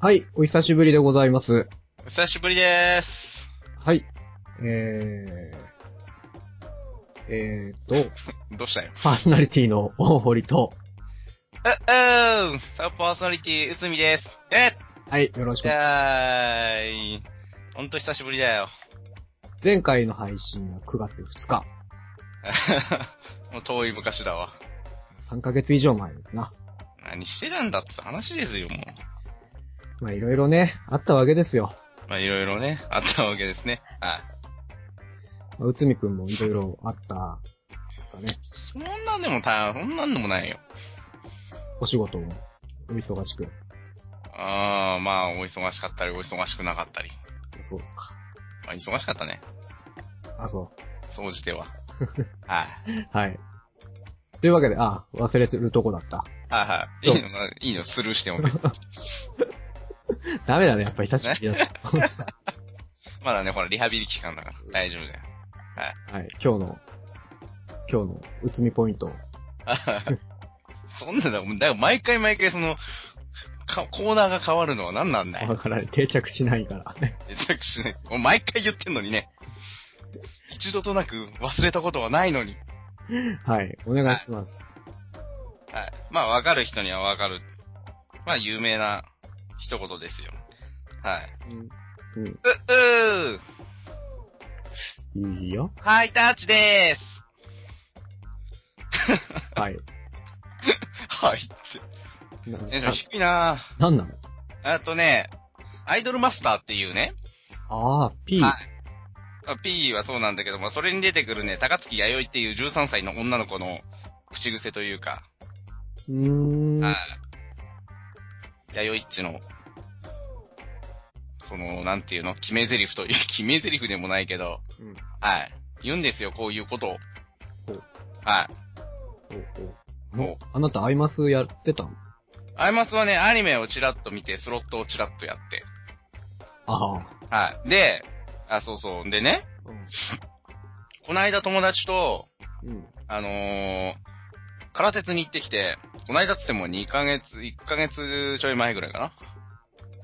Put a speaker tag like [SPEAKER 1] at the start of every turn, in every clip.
[SPEAKER 1] はい、お久しぶりでございます。
[SPEAKER 2] お久しぶりでーす。
[SPEAKER 1] はい。えー、えーと、
[SPEAKER 2] どうしたよ。
[SPEAKER 1] パーソナリティの大堀と、
[SPEAKER 2] う、うーん。サブパーソナリティ、うつみです。えっ
[SPEAKER 1] はい、よろしく
[SPEAKER 2] じ。ゃーい。ほんと久しぶりだよ。
[SPEAKER 1] 前回の配信は9月2日、
[SPEAKER 2] もう遠い昔だわ。
[SPEAKER 1] 3ヶ月以上前ですな。
[SPEAKER 2] 何してたんだって話ですよ、もう。
[SPEAKER 1] まあいろいろね、あったわけですよ。
[SPEAKER 2] まあ、いろいろね、あったわけですね。はい。
[SPEAKER 1] まあ内海くんもいろいろあった、ね、
[SPEAKER 2] そんなんでもた、そんなんでもないよ。
[SPEAKER 1] お仕事もお忙しく。
[SPEAKER 2] あー、まあ、お忙しかったり、お忙しくなかったり。
[SPEAKER 1] そうですか。
[SPEAKER 2] まあ、忙しかったね。
[SPEAKER 1] あ、そ
[SPEAKER 2] 総じては。はい。
[SPEAKER 1] う。はい。というわけで、あ、忘れてるとこだった。
[SPEAKER 2] はいはい。いいのか、いいの、スルーしても。
[SPEAKER 1] ダメだね、やっぱ久しぶりだと。
[SPEAKER 2] まだね、ほら、リハビリ期間だから。大丈夫だよ。
[SPEAKER 1] はい、今日の、今日のうつみポイント。
[SPEAKER 2] そんなだ、だから毎回毎回その、かコーナーが変わるのは何なんだ
[SPEAKER 1] わ
[SPEAKER 2] よ。
[SPEAKER 1] からない。定着しない からね。
[SPEAKER 2] めちゃくちゃね、もう毎回言ってんのにね。一度となく忘れたことはないのに。
[SPEAKER 1] はい。お願いします。
[SPEAKER 2] はい。まあ、わかる人にはわかる。まあ、有名な一言ですよ。はい。
[SPEAKER 1] うん
[SPEAKER 2] う、うー、
[SPEAKER 1] うん。いいよ。
[SPEAKER 2] ハイタッチでーす。
[SPEAKER 1] はい。
[SPEAKER 2] はいって。
[SPEAKER 1] な、
[SPEAKER 2] テンショ
[SPEAKER 1] な
[SPEAKER 2] ン低いな
[SPEAKER 1] なんなの
[SPEAKER 2] あとね、アイドルマスターっていうね。
[SPEAKER 1] ああ、P。
[SPEAKER 2] はい。まあ P はそうなんだけども、それに出てくるね、高月弥生っていう13歳の女の子の口癖というか、
[SPEAKER 1] うーん。
[SPEAKER 2] はい
[SPEAKER 1] は。
[SPEAKER 2] 弥生っちの、その、なんていうの決め台詞という、 決め台詞でもないけど、
[SPEAKER 1] うん
[SPEAKER 2] はい。言うんですよ、こういうことを
[SPEAKER 1] ほう。
[SPEAKER 2] はい。
[SPEAKER 1] おおもうあなた、アイマスやってたの
[SPEAKER 2] アイマスはね、アニメをチラッと見て、スロットをチラッとやって。
[SPEAKER 1] ああ。
[SPEAKER 2] はい。で、あ、そうそう。でね、この間友達と、
[SPEAKER 1] うん。
[SPEAKER 2] あのー、空鉄に行ってきて、この間っつっても2ヶ月、1ヶ月ちょい前ぐらいか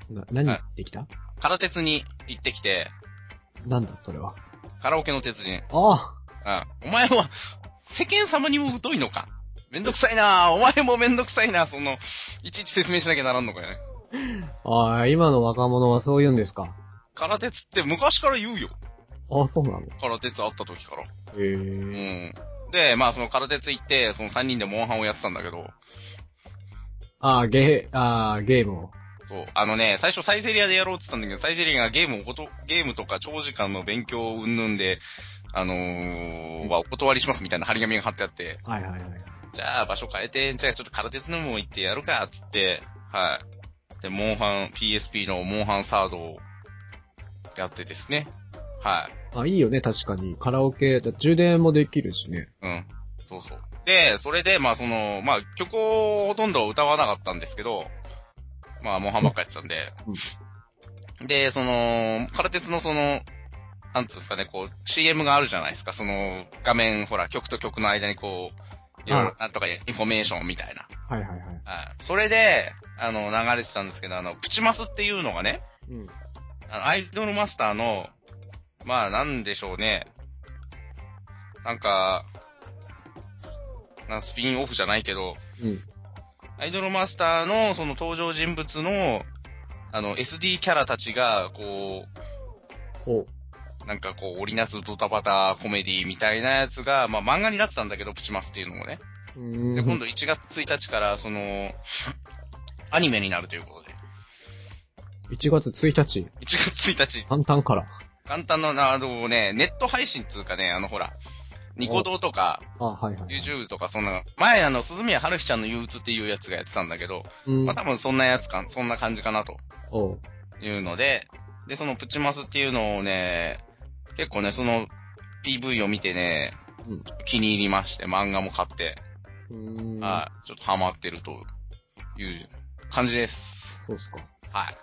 [SPEAKER 2] な
[SPEAKER 1] な、何
[SPEAKER 2] はい
[SPEAKER 1] できた
[SPEAKER 2] 空鉄に行ってきて、
[SPEAKER 1] なんだ、それは。
[SPEAKER 2] カラオケの鉄人。
[SPEAKER 1] ああ
[SPEAKER 2] うん。お前は、世間様にも疎いのか。めんどくさいなぁ。お前もめんどくさいなぁ。その、いちいち説明しなきゃならんのかよね。
[SPEAKER 1] ああ、今の若者はそう言うんですか。
[SPEAKER 2] 空鉄って昔から言うよ。
[SPEAKER 1] ああ、そうなの
[SPEAKER 2] 空鉄あった時から。う
[SPEAKER 1] へえ。
[SPEAKER 2] ん。で、まあその空鉄行って、その3人でモンハンをやってたんだけど、
[SPEAKER 1] ああ、ゲー、ああ、ゲームを。
[SPEAKER 2] そう。あのね、最初サイゼリアでやろうって言ったんだけど、サイゼリアがゲームをこと、ゲームとか長時間の勉強をうんぬんで、あのー、はお断りしますみたいな張り紙が貼ってあって、
[SPEAKER 1] はいはいはい。
[SPEAKER 2] じゃあ場所変えて、じゃあちょっと空鉄のも行ってやるか、つって、はい。で、モンハン、PSP のモンハンサードをやってですね。は
[SPEAKER 1] あ、いいよね、確かに。カラオケ、だ充電もできるしね。
[SPEAKER 2] い。うん。そうそう。で、それで、まあその、まあ曲をほとんど歌わなかったんですけど、まあモンハンばっかやってたんで。で、その、空鉄のその、なんつうんですかね、こう、CM があるじゃないですか。その、画面、ほら、曲と曲の間にこう、いろいろなんとかインフォメーションみたいな。
[SPEAKER 1] はいはいはい。
[SPEAKER 2] はい。それで、あの、流れてたんですけど、あの、プチマスっていうのがね、
[SPEAKER 1] うん。
[SPEAKER 2] あのアイドルマスターの、まあ、なんでしょうね。なんか、なスピンオフじゃないけど、
[SPEAKER 1] うん。
[SPEAKER 2] アイドルマスターの、その登場人物の、あの、SD キャラたちが、こ
[SPEAKER 1] ほ
[SPEAKER 2] う、なんかこう、織りなすドタバタコメディみたいなやつが、まあ、漫画になってたんだけど、プチマスっていうのもね。
[SPEAKER 1] う。う
[SPEAKER 2] で、今
[SPEAKER 1] 度。
[SPEAKER 2] 度1月1日から、その、アニメになるということで。
[SPEAKER 1] 1月1日、
[SPEAKER 2] 1月1日、
[SPEAKER 1] 簡単から。
[SPEAKER 2] 簡単な、なあのね、ネット配信つうかね、あのほら、ニコ動とか、
[SPEAKER 1] あ、はいはい、はい。
[SPEAKER 2] YouTube とか、そんな、前あの、鈴宮春日ちゃんの憂鬱っていうやつがやってたんだけど、
[SPEAKER 1] うん
[SPEAKER 2] まあ。多分そんなやつか、そんな感じかなと
[SPEAKER 1] おう。
[SPEAKER 2] いうので、で、そのプチマスっていうのをね、結構ね、その PV を見てね、
[SPEAKER 1] うん
[SPEAKER 2] 気に入りまして、漫画も買って、
[SPEAKER 1] うん。
[SPEAKER 2] はい、ちょっとハマってるという感じです。
[SPEAKER 1] そうっすか。
[SPEAKER 2] はい。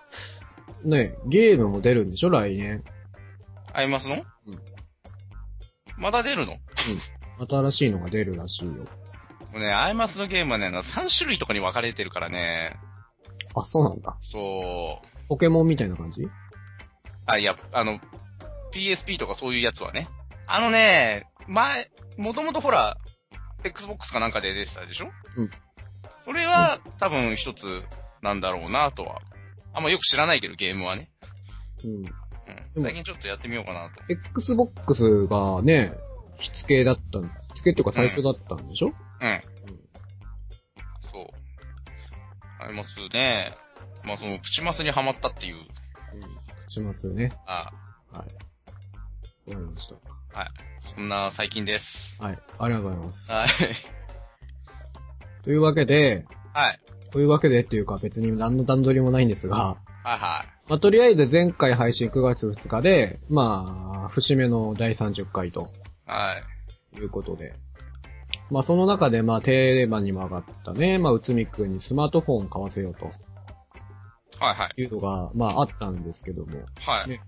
[SPEAKER 1] ねゲームも出るんでしょ来年。
[SPEAKER 2] ありますの
[SPEAKER 1] うん
[SPEAKER 2] まだ出るのも
[SPEAKER 1] 新しいのが出るらしいよ。
[SPEAKER 2] うね、アイマスのゲームはね、3種類とかに分かれてるからね、
[SPEAKER 1] あ、そうなんだ。
[SPEAKER 2] そう、
[SPEAKER 1] ポケモンみたいな感じ
[SPEAKER 2] あ、いや、あの、PSP とかそういうやつはね。あのね、前、もともとほら、Xbox かなんかで出てたでしょ
[SPEAKER 1] うん。
[SPEAKER 2] それは、多分一つなんだろうなとは。あんまよく知らないけど、ゲームはね。
[SPEAKER 1] うん。
[SPEAKER 2] う。
[SPEAKER 1] うんん
[SPEAKER 2] 最近ちょっとやってみようかなと。
[SPEAKER 1] Xbox がね、火付けだったん、火付けっていうか最初だったんでしょ、
[SPEAKER 2] うん。そう。ありますね。まあその、プチマスにはまったっていう。
[SPEAKER 1] うん。うん。口松ね。
[SPEAKER 2] あ
[SPEAKER 1] わかりました。
[SPEAKER 2] そんな最近です。
[SPEAKER 1] はい。ありがとうございます。
[SPEAKER 2] はい。
[SPEAKER 1] というわけで、
[SPEAKER 2] はい。
[SPEAKER 1] というわけでっていうか別に何の段取りもないんですが、
[SPEAKER 2] はいはい。
[SPEAKER 1] まあ、とりあえず前回配信9月2日で、まあ、節目の第30回と
[SPEAKER 2] は
[SPEAKER 1] い
[SPEAKER 2] い。
[SPEAKER 1] うことで。まあ、その中で、まあ、テーマにも上がったね、まあ、うつみくんにスマートフォンを買わせようと
[SPEAKER 2] はいはい。
[SPEAKER 1] いうのが、まあ、あったんですけども、
[SPEAKER 2] はい。
[SPEAKER 1] ね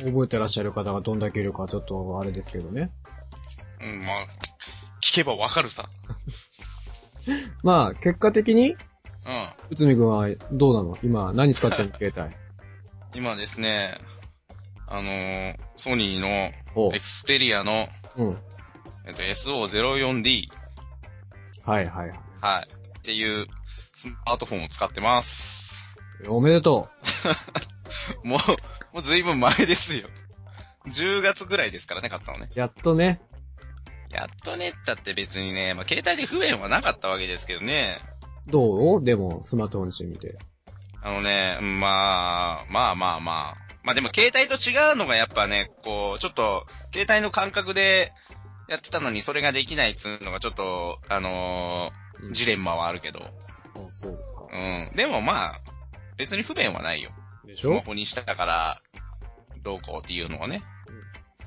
[SPEAKER 1] 覚えてらっしゃる方がどんだけいるかちょっとあれですけどね。
[SPEAKER 2] うん、まあ、聞けばわかるさ。
[SPEAKER 1] まあ、結果的に、
[SPEAKER 2] うん。
[SPEAKER 1] うつみくんはどうなの今、何使ってるの携帯。
[SPEAKER 2] 今ですね、あのーソニーの
[SPEAKER 1] おう
[SPEAKER 2] エクスペリアの、
[SPEAKER 1] うん。
[SPEAKER 2] えっと、SO04D、
[SPEAKER 1] はいはいはい。
[SPEAKER 2] はい、っていうスマートフォンを使ってます。
[SPEAKER 1] おめでと
[SPEAKER 2] もう、もうずいぶん前ですよ。10月ぐらいですからね、買ったのね。
[SPEAKER 1] うやっとね。
[SPEAKER 2] やっとね、だって別にね、まあ、携帯で不便はなかったわけですけどね。
[SPEAKER 1] どうでも、スマートフォンにしてみて。
[SPEAKER 2] あのね、うんまあ、まあまあまあ。まあでも携帯と違うのがやっぱね、こう、ちょっと、携帯の感覚でやってたのにそれができないっつうのがちょっと、あの
[SPEAKER 1] う
[SPEAKER 2] ー
[SPEAKER 1] ん
[SPEAKER 2] ジレンマはあるけど。
[SPEAKER 1] あ、そうですか。
[SPEAKER 2] うん。でもまあ、別に不便はないよ。
[SPEAKER 1] でし
[SPEAKER 2] スマ
[SPEAKER 1] ょ
[SPEAKER 2] ホにしたから、どうこうっていうのはね。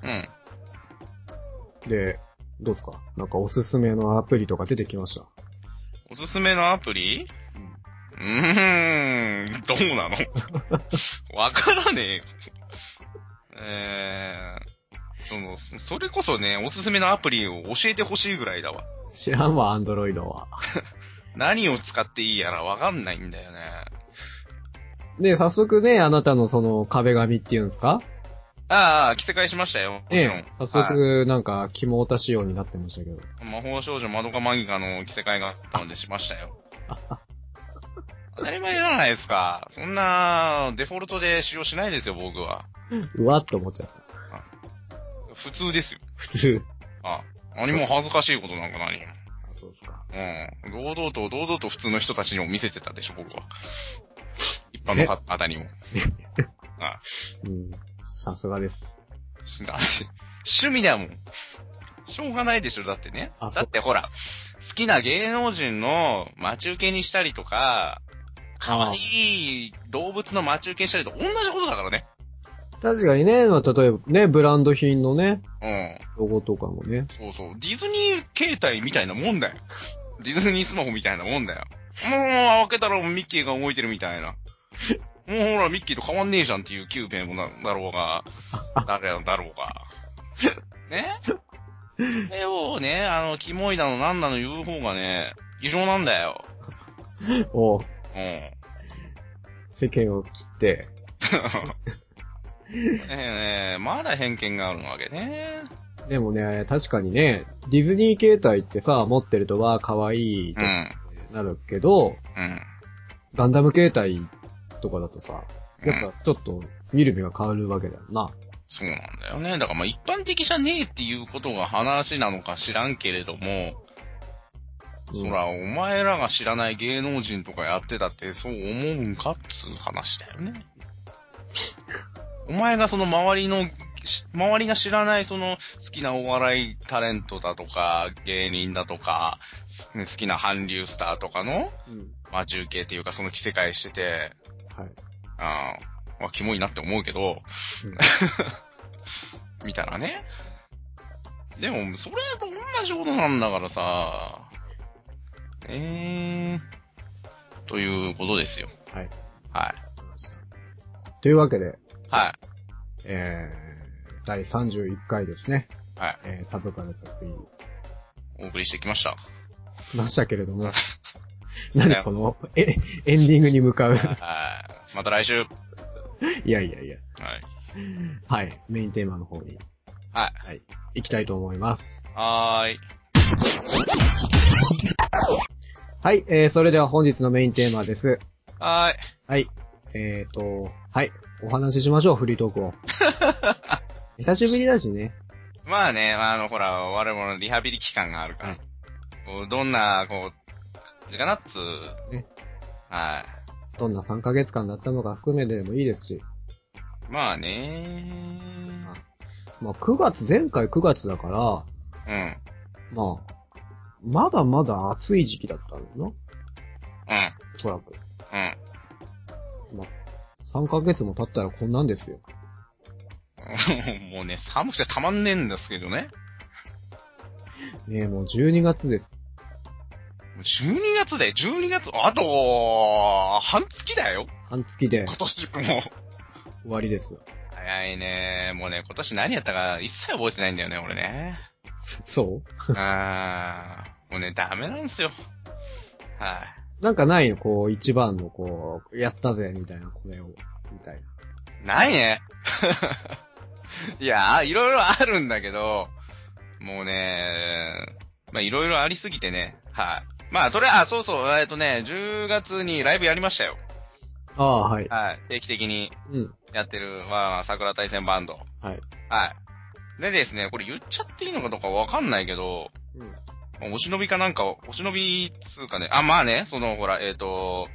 [SPEAKER 2] うん。
[SPEAKER 1] で、どうですかなんかおすすめのアプリとか出てきました。
[SPEAKER 2] おすすめのアプリうーん、どうなのわからねえよ。えー、その、それこそね、おすすめのアプリを教えてほしいぐらいだわ。
[SPEAKER 1] 知らんわ、アンドロイドは。
[SPEAKER 2] 何を使っていいやらわかんないんだよね。
[SPEAKER 1] で、早速ね、あなたのその壁紙っていうんですか
[SPEAKER 2] ああ、着せ替えしましたよ。もちろん。
[SPEAKER 1] ね早
[SPEAKER 2] は
[SPEAKER 1] 速、なんか、肝をたしようになってましたけど。
[SPEAKER 2] い魔法少女マドカマギカの着せ替えがあったのでしましたよ。当たり前じゃないですか。そんな、デフォルトで使用しないですよ、僕は。
[SPEAKER 1] うわっと思っちゃった。
[SPEAKER 2] 普通ですよ。
[SPEAKER 1] 普通。
[SPEAKER 2] あ、何も恥ずかしいことなんかないよ。
[SPEAKER 1] あ、そうですか。
[SPEAKER 2] うん。堂々と、堂々と普通の人たちにも見せてたでしょ、僕は。一般の方にも。
[SPEAKER 1] うん。さすがです。
[SPEAKER 2] だって趣味だもん。しょうがないでしょ、だってね。
[SPEAKER 1] あそう
[SPEAKER 2] だってほら、好きな芸能人の待ち受けにしたりとか、可愛い動物の待ち受けにしたりと同じことだからね。
[SPEAKER 1] 確かにね、まあ例えばね、ブランド品のね、
[SPEAKER 2] うん。
[SPEAKER 1] ロゴとかもね。
[SPEAKER 2] そうそう。ディズニー携帯みたいなもんだよ。 ディズニースマホみたいなもんだよ。もう開けたらミッキーが動いてるみたいな。もうほら、ミッキーと変わんねえじゃんっていうキューペンもな、だろう が、誰なんだろうが。ねそれをね、あの、キモいだのなんなの言う方がね、異常なんだよ。
[SPEAKER 1] を
[SPEAKER 2] うん。
[SPEAKER 1] 世間を切って、
[SPEAKER 2] ねえねえ、まだ偏見があるわけね。
[SPEAKER 1] でもね、確かにね、ディズニー携帯ってさ、持ってるとは可愛いと
[SPEAKER 2] うん。
[SPEAKER 1] なるけど、
[SPEAKER 2] うん。
[SPEAKER 1] ガンダム形態とかだとさ、
[SPEAKER 2] う
[SPEAKER 1] やっ
[SPEAKER 2] ん、
[SPEAKER 1] ぱちょっと見る目が変わるわけだよな。
[SPEAKER 2] そうなんだよね。だからまあ一般的じゃねえっていうことが話なのか知らんけれども、
[SPEAKER 1] うん
[SPEAKER 2] そら、お前らが知らない芸能人とかやってたってそう思うんかっつう話だよね。お前がその周りの、し周りが知らないその好きなお笑いタレントだとか、芸人だとか、す好きな韓流スターとかの、
[SPEAKER 1] うん。
[SPEAKER 2] まあ中継っていうかその着せ替えしてて、
[SPEAKER 1] はい。
[SPEAKER 2] ああ、まあ、キモいなって思うけど、
[SPEAKER 1] うん
[SPEAKER 2] 見たらね。でも、それ、お前じことなんだからさ。えー、ということですよ。
[SPEAKER 1] はい。
[SPEAKER 2] はい。
[SPEAKER 1] というわけで、
[SPEAKER 2] は
[SPEAKER 1] えー、第31回ですね。
[SPEAKER 2] い。はい。
[SPEAKER 1] えー、サブカル作品
[SPEAKER 2] お送りしてきました。。
[SPEAKER 1] 来ましたけれども何この、え、エンディングに向かう。
[SPEAKER 2] はい。また来週。はい。
[SPEAKER 1] いやいやいや。はい。メインテーマの方に
[SPEAKER 2] はい。
[SPEAKER 1] 行きたいと思います。
[SPEAKER 2] はーい。
[SPEAKER 1] はい。えー、それでは本日のメインテーマです。
[SPEAKER 2] はーい。
[SPEAKER 1] はい。えーと、はい。お話ししましょう、フリートークを。久しぶりだしね。
[SPEAKER 2] まあね、あの、ほら、我々のリハビリ期間があるから、
[SPEAKER 1] はい
[SPEAKER 2] こうどんな、こう、感じかなっつう。
[SPEAKER 1] ね
[SPEAKER 2] は
[SPEAKER 1] どんな3ヶ月間だったのか含めてでもいいですし。
[SPEAKER 2] い。まあね
[SPEAKER 1] まあ、9月、前回9月だから、
[SPEAKER 2] うん。
[SPEAKER 1] まあ、まだまだ暑い時期だったんだな。
[SPEAKER 2] うん。
[SPEAKER 1] おそらく。
[SPEAKER 2] うん。
[SPEAKER 1] 3ヶ月も経ったらこんなんですよ。
[SPEAKER 2] もうね、寒くてたまんねえんですけどね。
[SPEAKER 1] ねえ、もう12月です。
[SPEAKER 2] もう12月で、12月、あと、半月だよ。
[SPEAKER 1] 半月で
[SPEAKER 2] 今年も。
[SPEAKER 1] 終わりですよ。
[SPEAKER 2] 早いね。もうね、今年何やったか一切覚えてないんだよね、俺ね。
[SPEAKER 1] そ
[SPEAKER 2] あー。もうね、ダメなんすよ。は
[SPEAKER 1] うなんかないのこう、一番のこう、やったぜ、みたいな、これを、みたいな。
[SPEAKER 2] い。ないね。 いや、いろいろあるんだけど、もうね、まあ、いろいろありすぎてね。はい。まあ、とりあえず、あそうそう、えっとね、10月にライブやりましたよ。
[SPEAKER 1] ああ、はい。
[SPEAKER 2] はい。定期的に
[SPEAKER 1] うん。
[SPEAKER 2] やってる、まあ、桜大戦バンド。
[SPEAKER 1] はい。
[SPEAKER 2] はい。でですね、これ言っちゃっていいのかどうかわかんないけど、
[SPEAKER 1] うん。
[SPEAKER 2] まあお忍びかなんかを、お忍びっつうかね、あ、まあね、その、ほら、えっ、と、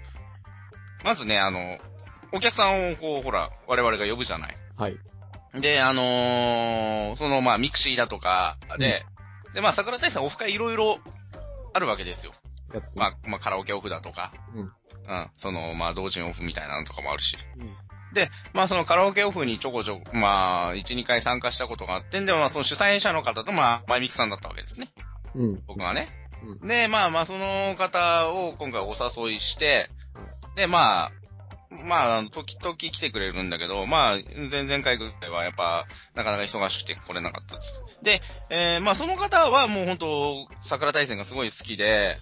[SPEAKER 2] まずね、あの、お客さんをこう、ほら、我々が呼ぶじゃない。
[SPEAKER 1] はい。
[SPEAKER 2] で、あのーその、まあ、ミクシーだとか、で、で、まあ、桜大さんオフ会いろいろあるわけですよ。
[SPEAKER 1] やって
[SPEAKER 2] まあ、まあ、カラオケオフだとか、
[SPEAKER 1] うん
[SPEAKER 2] うん、その、まあ、同人オフみたいなのとかもあるし。
[SPEAKER 1] うん
[SPEAKER 2] まあそのカラオケオフにちょこちょこ、まあ、1、2回参加したことがあってんで、まあその主催者の方と、まあ、マイミクさんだったわけですね。
[SPEAKER 1] うん。
[SPEAKER 2] 僕はね。
[SPEAKER 1] う
[SPEAKER 2] で、まあまあその方を今回お誘いして、で、まあ、まああの、時々来てくれるんだけど、まあ、前々回ぐらいはやっぱ、なかなか忙しくて来れなかったです。で、えーまあその方はもう本当、桜大戦がすごい好きで、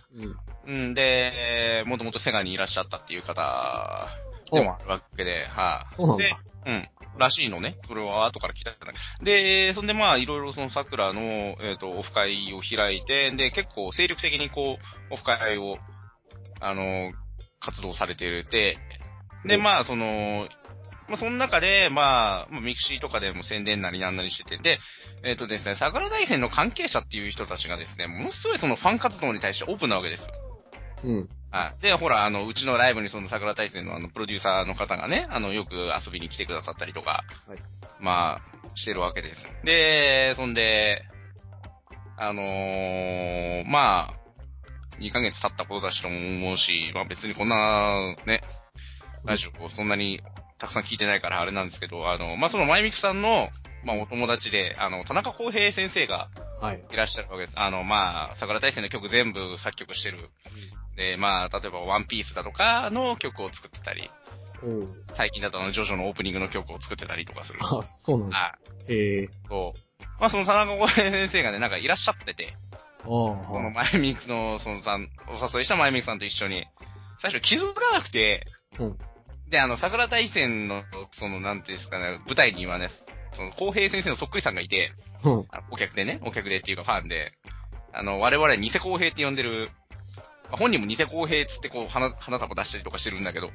[SPEAKER 1] うん。
[SPEAKER 2] うんで、もともとセガにいらっしゃったっていう方でもあるわけで、はい、
[SPEAKER 1] そうなんだ
[SPEAKER 2] で。うん。らしいのね。それは後から聞いたんだけど。で、そんでまあ、いろいろその桜の、えっ、と、オフ会を開いて、で、結構精力的にこう、オフ会を、あの、活動されてて、で、まあ、その、まあ、その中で、まあ、まあミクシーとかでも宣伝なりなんなりしてて、で、えっ、とですね、桜大戦の関係者っていう人たちがですね、ものすごいそのファン活動に対してオープンなわけですよ。
[SPEAKER 1] うん。
[SPEAKER 2] はい。で、ほら、あの、うちのライブにその桜大戦のあの、プロデューサーの方がね、あの、よく遊びに来てくださったりとか、
[SPEAKER 1] はい
[SPEAKER 2] まあ、してるわけです。で、そんで、あのーまあ、2ヶ月経ったことだしとも思うし、まあ別にこんな、ね、ラジオをそんなにたくさん聞いてないからあれなんですけど、あの、まあその前みくさんの、まあお友達で、あの、田中康平先生が
[SPEAKER 1] はい。
[SPEAKER 2] いらっしゃるわけです。あの、まあ、桜大戦の曲全部作曲してるで、まあ、例えばワンピースだとかの曲を作ってたり、
[SPEAKER 1] おう
[SPEAKER 2] 最近だとあの、ジョジョのオープニングの曲を作ってたりとかする。
[SPEAKER 1] あ、そうなんです。
[SPEAKER 2] あ、
[SPEAKER 1] ええ。
[SPEAKER 2] そう。まあ、その田中康平先生がね、なんかいらっしゃってて、
[SPEAKER 1] ああ、
[SPEAKER 2] こ
[SPEAKER 1] は
[SPEAKER 2] の
[SPEAKER 1] い。
[SPEAKER 2] 前ミクの、そのさん、お誘いした前ミクさんと一緒に、最初気づかなくて、
[SPEAKER 1] うん
[SPEAKER 2] で、あの、桜大戦の、その、なんていうんですかね、舞台にはね、その、康平先生のそっくりさんがいて、
[SPEAKER 1] うん。
[SPEAKER 2] あのお客でね、お客でっていうかファンで、あの、我々偽公平って呼んでる、まあ本人も偽公平っつってこう、花、花束出したりとかしてるんだけど、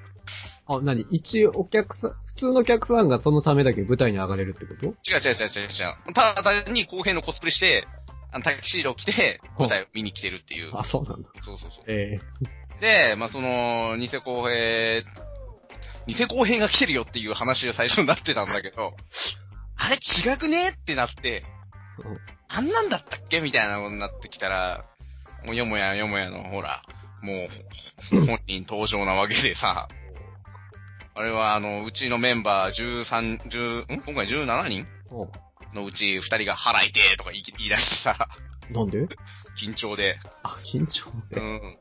[SPEAKER 1] あ、なに一お客さん、普通のお客さんがそのためだけ舞台に上がれるってこと
[SPEAKER 2] 違う違う違う違う違う。ただ単に公平のコスプレして、あの、タキシードを着て、舞台を見に来てるっていう。
[SPEAKER 1] あ、そうなんだ。
[SPEAKER 2] そうそうそう。
[SPEAKER 1] ええ。
[SPEAKER 2] で、まあ、その、偽公平、偽公平が来てるよっていう話が最初になってたんだけど、あれ違くねってなって
[SPEAKER 1] うん、
[SPEAKER 2] あんなんだったっけみたいなことになってきたら、もうよもやよもやの、ほら、もう、本人登場なわけでさ、あれはあの、うちのメンバー13、10、ん今回17人
[SPEAKER 1] おう
[SPEAKER 2] のうち二人が払いてーとか言い言い出してさ、
[SPEAKER 1] なんで
[SPEAKER 2] 緊張で。
[SPEAKER 1] あ、緊張
[SPEAKER 2] う
[SPEAKER 1] で。
[SPEAKER 2] ん。
[SPEAKER 1] え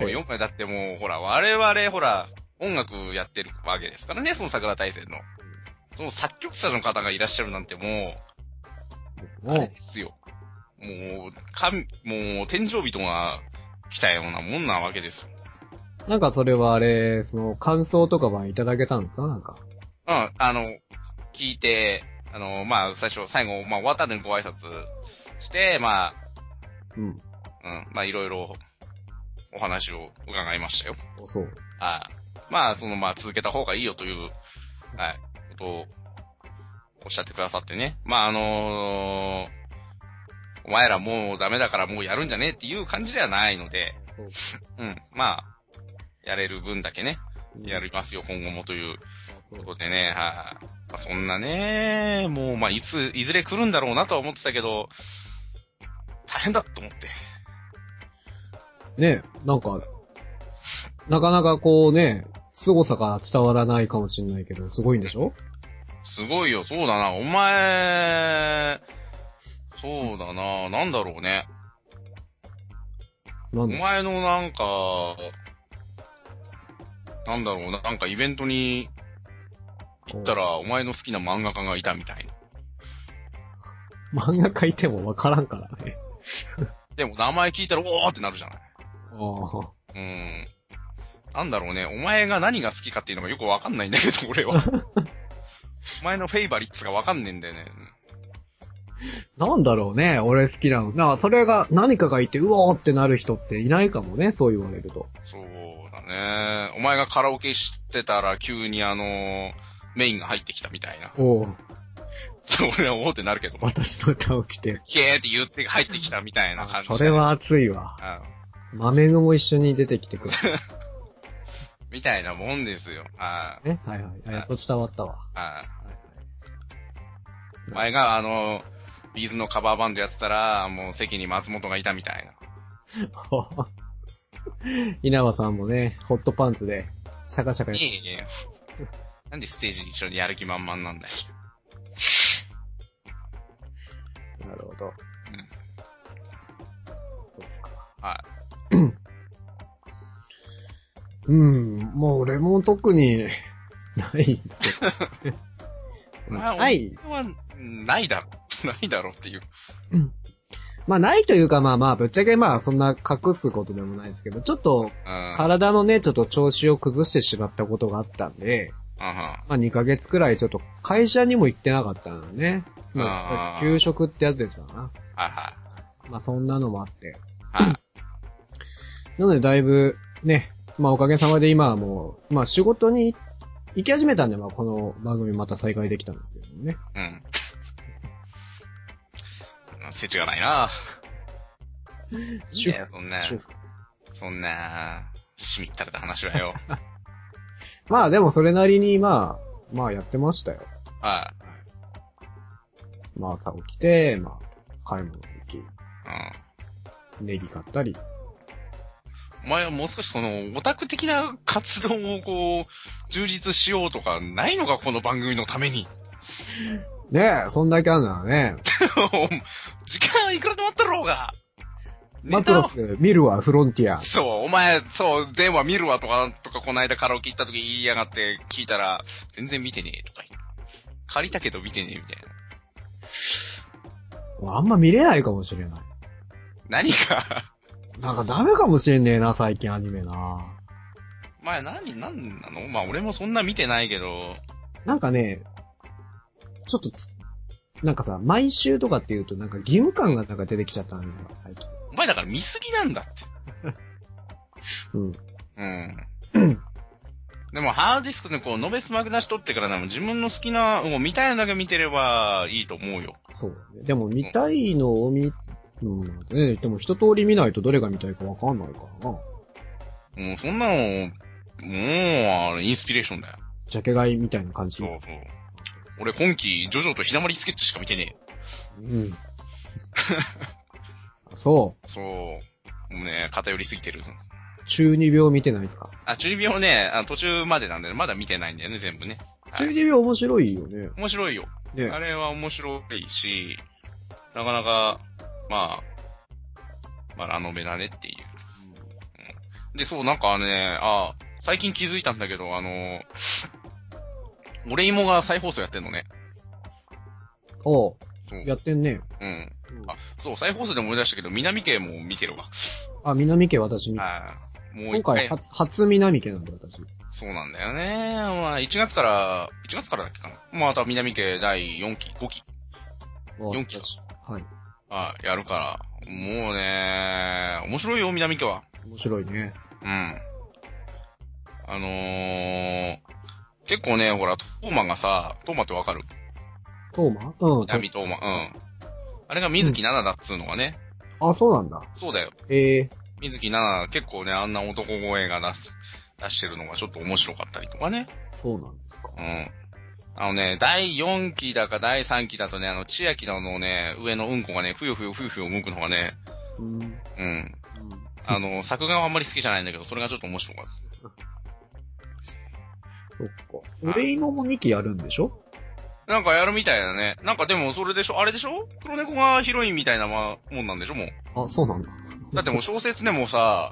[SPEAKER 1] え
[SPEAKER 2] 4回だってもう、ほら、我々、ほら、音楽やってるわけですからね、その桜大戦の。その作曲者の方がいらっしゃるなんてもう、あれ
[SPEAKER 1] も
[SPEAKER 2] ですよ。もう、神、もう、天井人が来たようなもんなわけですよ。
[SPEAKER 1] う、なんかそれはあれ、その、感想とかはいただけたんですかなんか。
[SPEAKER 2] うん、あの、聞いて、あの、まあ、最初、最後、まあ、終わったんでご挨拶して、ま
[SPEAKER 1] うん。
[SPEAKER 2] あ、うん、まあ、いろいろ、お話を伺いましたよ。
[SPEAKER 1] そう。
[SPEAKER 2] はい。まあ、その、まあ、続けた方がいいよという、はい、ことを、おっしゃってくださってね。まあ、あのーお前らもうダメだからもうやるんじゃねえっていう感じではないので、
[SPEAKER 1] そう
[SPEAKER 2] うん、まあ、やれる分だけね、や。りますよ、今後もという
[SPEAKER 1] あそ
[SPEAKER 2] といううことでね、はい、まあそんなね、もう、まあ、いつ、いずれ来るんだろうなとは思ってたけど、大変だと思って。
[SPEAKER 1] ねなんか、なかなかこうね、凄さが伝わらないかもしれないけど、すごいんでしょ
[SPEAKER 2] すごいよ、そうだな、お前、そうだな、なんだろうね。
[SPEAKER 1] な
[SPEAKER 2] お
[SPEAKER 1] んだ
[SPEAKER 2] 前のなんか、なんだろうな、なんかイベントに行ったら、お前の好きな漫画家がいたみたいな。
[SPEAKER 1] 漫画書いてもわからんからね。
[SPEAKER 2] でも名前聞いたら、おーってなるじゃない。
[SPEAKER 1] ああ。
[SPEAKER 2] うん。なんだろうね、お前が何が好きかっていうのがよくわかんないんだけど、俺は。お前のフェイバリッツがわかんねえんだよね。
[SPEAKER 1] なんだろうね、俺好きなの。なんか、それが、何かがいて、うおーってなる人っていないかもね、そう言われると。
[SPEAKER 2] そうだね。お前がカラオケしてたら急にあのメインが入ってきたみたいな。
[SPEAKER 1] おう
[SPEAKER 2] そう、俺はおーってなるけど、
[SPEAKER 1] 私の歌を着て。
[SPEAKER 2] ひえーって言って入ってきたみたいな感じだ
[SPEAKER 1] そ
[SPEAKER 2] ね、
[SPEAKER 1] れは熱いわ。
[SPEAKER 2] うん。
[SPEAKER 1] 豆具も一緒に出てきてくる。
[SPEAKER 2] みたいなもんですよ。あ
[SPEAKER 1] ね、 はいはい。あやっと伝わったわ。
[SPEAKER 2] あ、ああ。
[SPEAKER 1] はいはい
[SPEAKER 2] お前があのビーズのカバーバンドやってたら、もう席に松本がいたみたいな。
[SPEAKER 1] 稲葉さんもね、ホットパンツで、シャカシャカやっ
[SPEAKER 2] い
[SPEAKER 1] て
[SPEAKER 2] えいえ。なんでステージ一緒にやる気満々なんだよ。
[SPEAKER 1] なるほど。
[SPEAKER 2] うん
[SPEAKER 1] そうですか。
[SPEAKER 2] は
[SPEAKER 1] うん、もう俺も特に、ないんですけ
[SPEAKER 2] い。
[SPEAKER 1] ど。
[SPEAKER 2] まあ
[SPEAKER 1] ない。
[SPEAKER 2] 俺は、うんないだろ。 ないだろっていう。
[SPEAKER 1] まあないというかまあまあ、ぶっちゃけまあそんな隠すことでもないですけど、ちょっと
[SPEAKER 2] うん。
[SPEAKER 1] 体のね、ちょっと調子を崩してしまったことがあったんで、
[SPEAKER 2] うんうん
[SPEAKER 1] まあ2ヶ月くらいちょっと会社にも行ってなかったのね。ま
[SPEAKER 2] あ
[SPEAKER 1] あ、
[SPEAKER 2] ー
[SPEAKER 1] 給食ってやつですわな。
[SPEAKER 2] はいは
[SPEAKER 1] まあそんなのもあって。
[SPEAKER 2] い。はい。
[SPEAKER 1] なのでだいぶね、まあおかげさまで今はもう、まあ仕事に行き始めたんで、まあこの番組また再開できたんですけどもね。
[SPEAKER 2] うん。 せちがないな。いいねそんな
[SPEAKER 1] 主婦
[SPEAKER 2] そんな、しみったれた話はよ。
[SPEAKER 1] まあでもそれなりにまあ、まあやってましたよ。
[SPEAKER 2] は
[SPEAKER 1] まあ朝起きて、まあ買い物行き、
[SPEAKER 2] い。うん。
[SPEAKER 1] ネギ買ったり。
[SPEAKER 2] お前はもう少しその、オタク的な活動をこう、充実しようとか、ないのか、この番組のために。
[SPEAKER 1] ねえ、そんだけあるならね、
[SPEAKER 2] 時間いくらでもあったろうが。
[SPEAKER 1] マトロ
[SPEAKER 2] ネ
[SPEAKER 1] ス、見るわ、フロンティ
[SPEAKER 2] タ
[SPEAKER 1] ア
[SPEAKER 2] を。そう、お前、そう、電話見るわとか、とか、この間カラオケ行った時言いやがって聞いたら、全然見てねえとか言って借りたけど見てねえみたいな。
[SPEAKER 1] あんま見れないかもしれない。
[SPEAKER 2] 何か、
[SPEAKER 1] なんかダメかもしれねえな、最近アニメな。
[SPEAKER 2] お前何、何なのまあ俺もそんな見てないけど、
[SPEAKER 1] なんかね、ちょっとつ、なんかさ、毎週とかって言うとなんか義務感がなんか出てきちゃったんだよ、最近。
[SPEAKER 2] お前だから見すぎなんだって。
[SPEAKER 1] うん。
[SPEAKER 2] うん。でもハードディスクでこう、ノベスマグナし取ってからでも自分の好きな、もう見たいのだけ見てればいいと思うよ。
[SPEAKER 1] そうだね。でも見たいのを見、うん、なんてね、でも一通り見ないとどれが見たいかわかんないからな。
[SPEAKER 2] もうそんなの、もう、あれ、インスピレーションだよ。
[SPEAKER 1] ジャケ買いみたいな感じ
[SPEAKER 2] そう
[SPEAKER 1] で
[SPEAKER 2] そう
[SPEAKER 1] す。。
[SPEAKER 2] 俺今季、ジョジョとひなまりスケッチしか見てね
[SPEAKER 1] うん。 そ
[SPEAKER 2] え。そう。もうね、偏りすぎてる。
[SPEAKER 1] う。中二病見てないですか
[SPEAKER 2] あ、中二病ね、あ途中までなんだよ。まだ見てないんだよね、全部ね。はい
[SPEAKER 1] 中二病面白いよね。
[SPEAKER 2] 面白いよ。
[SPEAKER 1] ね
[SPEAKER 2] あ。れは面白いし、なかなか、まあ、まあ、ラノベだねっていう。で、そう、なんかね、あ最近気づいたんだけど、あのー、俺芋が再放送やってんのね。
[SPEAKER 1] おう
[SPEAKER 2] そう。
[SPEAKER 1] やってんね。
[SPEAKER 2] うん。あ、そう、再放送でも思い出したけど、南家も見てるわ。
[SPEAKER 1] あ、南家私見た。
[SPEAKER 2] あーもう
[SPEAKER 1] 今
[SPEAKER 2] 一
[SPEAKER 1] 回
[SPEAKER 2] 回。
[SPEAKER 1] 初、初南家なんだ、私。
[SPEAKER 2] そうなんだよね。まあ、1月から、1月からだっけかな。まあ、あとは南家第4期、5期、四期
[SPEAKER 1] 私はい。
[SPEAKER 2] あやるから。もうね、面白いよ、南家は。
[SPEAKER 1] 面白いね。
[SPEAKER 2] うん。あのー、結構ね、ほら、トーマがさ、トーマってわかる
[SPEAKER 1] トーマうん。トー
[SPEAKER 2] 南トーマ、うん。あれが水木奈々だっつうのがね、
[SPEAKER 1] あ、そうなんだ。
[SPEAKER 2] そうだよ。
[SPEAKER 1] ええ
[SPEAKER 2] 水木奈々、結構ね、あんな男声が出す、出してるのがちょっと面白かったりとかね。
[SPEAKER 1] そうなんですか。
[SPEAKER 2] うん。あのね、第4期だか第3期だとね、あの、千秋のあのね、上のうんこがね、ふよふよふよふよ動くのがね、
[SPEAKER 1] うん。うん
[SPEAKER 2] うん。あの、作画はあんまり好きじゃないんだけど、それがちょっと面白かっ
[SPEAKER 1] そっか。俺今も2期やるんでしょ
[SPEAKER 2] た。なんかやるみたいだね。なんかでもそれでしょ、あれでしょ黒猫がヒロインみたいなまもんなんでしょもう。
[SPEAKER 1] あ、そうなんだ。
[SPEAKER 2] だってもう小説でもさ、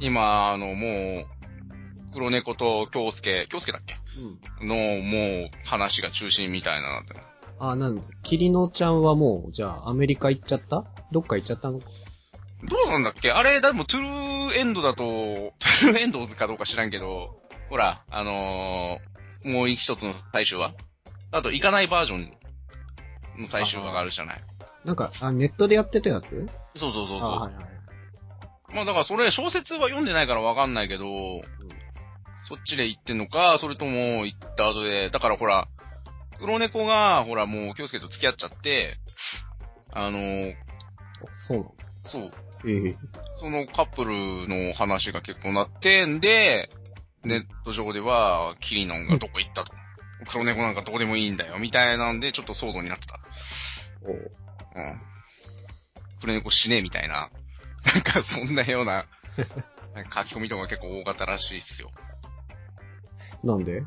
[SPEAKER 2] 今、あの、もう、黒猫と京介、京介だっけ
[SPEAKER 1] うん。
[SPEAKER 2] の、もう、話が中心みたいななって。
[SPEAKER 1] あ、なんだ。キリノちゃんはもう、じゃあ、アメリカ行っちゃったどっか行っちゃったの
[SPEAKER 2] どうなんだっけあれ、でも、トゥルーエンドだと、トゥルーエンドかどうか知らんけど、ほら、あのーもう一つの最終話あと、行かないバージョンの最終話があるじゃない。
[SPEAKER 1] なんか、あ、ネットでやってたやつ
[SPEAKER 2] そうそうそう
[SPEAKER 1] あ、
[SPEAKER 2] そ
[SPEAKER 1] はいはい。
[SPEAKER 2] う。まあ、だからそれ、小説は読んでないからわかんないけど、そっちで行ってんのか、それとも行った後で、だからほら、黒猫が、ほら、もう、京介と付き合っちゃって、あのー
[SPEAKER 1] あそうなんだ。
[SPEAKER 2] そう、
[SPEAKER 1] ええ
[SPEAKER 2] そのカップルの話が結構なってんで、ネット上では、キリノンがどこ行ったと。黒猫なんかどうでもいいんだよ、みたいなんで、ちょっと騒動になってた。
[SPEAKER 1] おう
[SPEAKER 2] うん。黒猫死ねえ、みたいな。なんか、そんなような、なんか書き込みとか結構多かったらしいっすよ。
[SPEAKER 1] なんで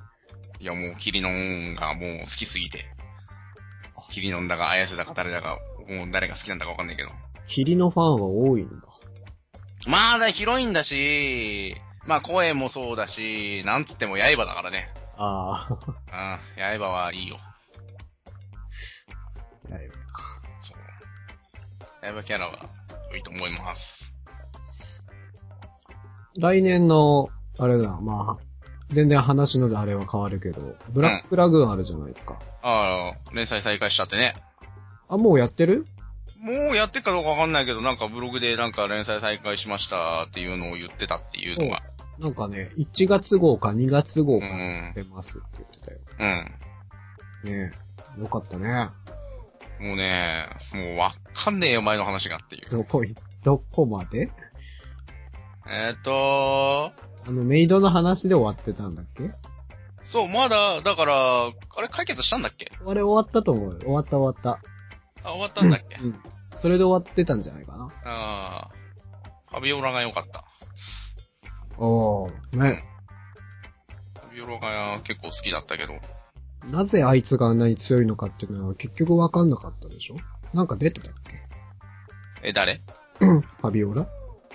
[SPEAKER 2] いや、もう、キリノンがもう好きすぎて。キリノンだか、綾瀬だか、誰だか、もう誰が好きなんだかわかんないけど。
[SPEAKER 1] キリノファンは多いんだ。
[SPEAKER 2] まあ、だ、広いんだし、まあ、声もそうだし、なんつっても刃だからね。
[SPEAKER 1] あ
[SPEAKER 2] ああ、刃はいいよ。
[SPEAKER 1] あ、 やいや
[SPEAKER 2] そう。刃キャラは良いと思います。
[SPEAKER 1] 来年の、あれだ、まあ、全然話のあれは変わるけど、ブラックラグーンあるじゃないですか。
[SPEAKER 2] ああ、連載再開しちゃってね。
[SPEAKER 1] あ、もうやってる
[SPEAKER 2] もうやってっかどうかわかんないけど、なんかブログでなんか連載再開しましたっていうのを言ってたっていうのが。
[SPEAKER 1] なんかね、1月号か2月号か
[SPEAKER 2] うん
[SPEAKER 1] 出ますって言ってたよ。
[SPEAKER 2] うん。
[SPEAKER 1] ねえ、よかったね。
[SPEAKER 2] もうね、もうわかんねえよ、前の話がっていう。
[SPEAKER 1] どこい、どこまで
[SPEAKER 2] えーっと、
[SPEAKER 1] あの、メイドの話で終わってたんだっけ
[SPEAKER 2] そう、まだ、だから、あれ解決したんだっけ
[SPEAKER 1] あれ終わったと思うよ。終わった終わっ
[SPEAKER 2] あ、終わったんだっけ
[SPEAKER 1] た。うん。それで終わってたんじゃないかな。
[SPEAKER 2] ああ。ファビオラが良かった。
[SPEAKER 1] おー、ね。
[SPEAKER 2] ファビオラが結構好きだったけど。
[SPEAKER 1] なぜあいつがあんなに強いのかっていうのは結局わかんなかったでしょなんか出てたっけ
[SPEAKER 2] え、誰
[SPEAKER 1] うんファビオラ
[SPEAKER 2] フ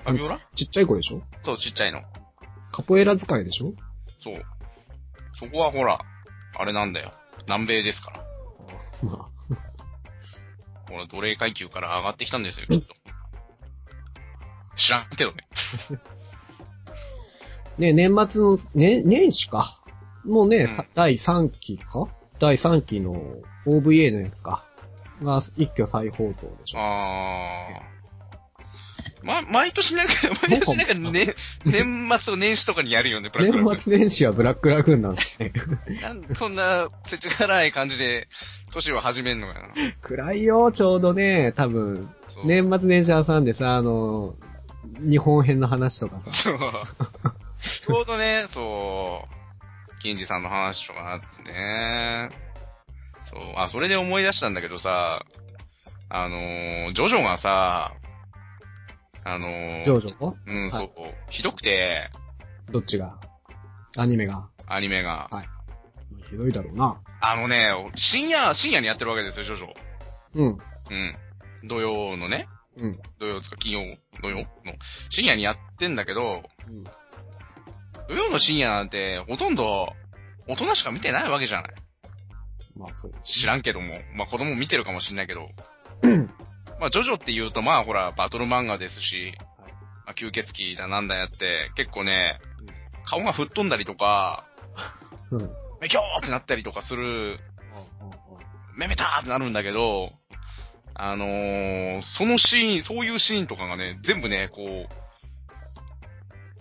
[SPEAKER 2] ァビオラ
[SPEAKER 1] ちっちゃい子でしょ
[SPEAKER 2] そう、ちっちゃいの。
[SPEAKER 1] カポエラ使いでしょ
[SPEAKER 2] そう。そこはほら、あれなんだよ。南米ですから。
[SPEAKER 1] まあ、
[SPEAKER 2] ほら、奴隷階級から上がってきたんですよ、きっと。知らんけどね。
[SPEAKER 1] ね、年末の、ね、年始か。もうね、
[SPEAKER 2] うん
[SPEAKER 1] さ第3期か第3期の OVA のやつか。が一挙再放送でしょ。
[SPEAKER 2] あー。ま、毎年なんか、毎年なんかね、年末と年始とかにやるよね、ブラックラグーン
[SPEAKER 1] 年末年始はブラックラグーンなんですね。
[SPEAKER 2] なんそんな、せちがらい感じで、年を始めんのかな。
[SPEAKER 1] 暗いよ、ちょうどね、多分。
[SPEAKER 2] そう。
[SPEAKER 1] 年末年始挟んでさ、あの、日本編の話とかさ。
[SPEAKER 2] そう。ちょうどね、そう、金次さんの話とかあってね。そう、あ、それで思い出したんだけどさ、あのージョジョがさ、あのー
[SPEAKER 1] ジョジョ
[SPEAKER 2] うん、そう
[SPEAKER 1] は、
[SPEAKER 2] ひどくて、
[SPEAKER 1] どっちがアニメが。
[SPEAKER 2] アニメが。
[SPEAKER 1] ひどいだろうな。
[SPEAKER 2] あのね、深夜、深夜にやってるわけですよ、ジョジョ。
[SPEAKER 1] うん。
[SPEAKER 2] うん。土曜のね。
[SPEAKER 1] うん。
[SPEAKER 2] 土曜ですか、金曜土曜の深夜にやってんだけど、
[SPEAKER 1] うん
[SPEAKER 2] 土曜の深夜なんて、ほとんど、大人しか見てないわけじゃない。
[SPEAKER 1] まあ、そうです。
[SPEAKER 2] 知らんけども。まあ子供見てるかもしんないけど。まあジョジョって言うと、まあほら、バトル漫画ですし、
[SPEAKER 1] はい
[SPEAKER 2] まあ吸血鬼だなんだやって、結構ね
[SPEAKER 1] うん、
[SPEAKER 2] 顔が吹っ飛んだりとか、
[SPEAKER 1] うん。
[SPEAKER 2] めきょーってなったりとかする、めめたーってなるんだけど、あのー、そのシーン、そういうシーンとかがね、全部ね、こ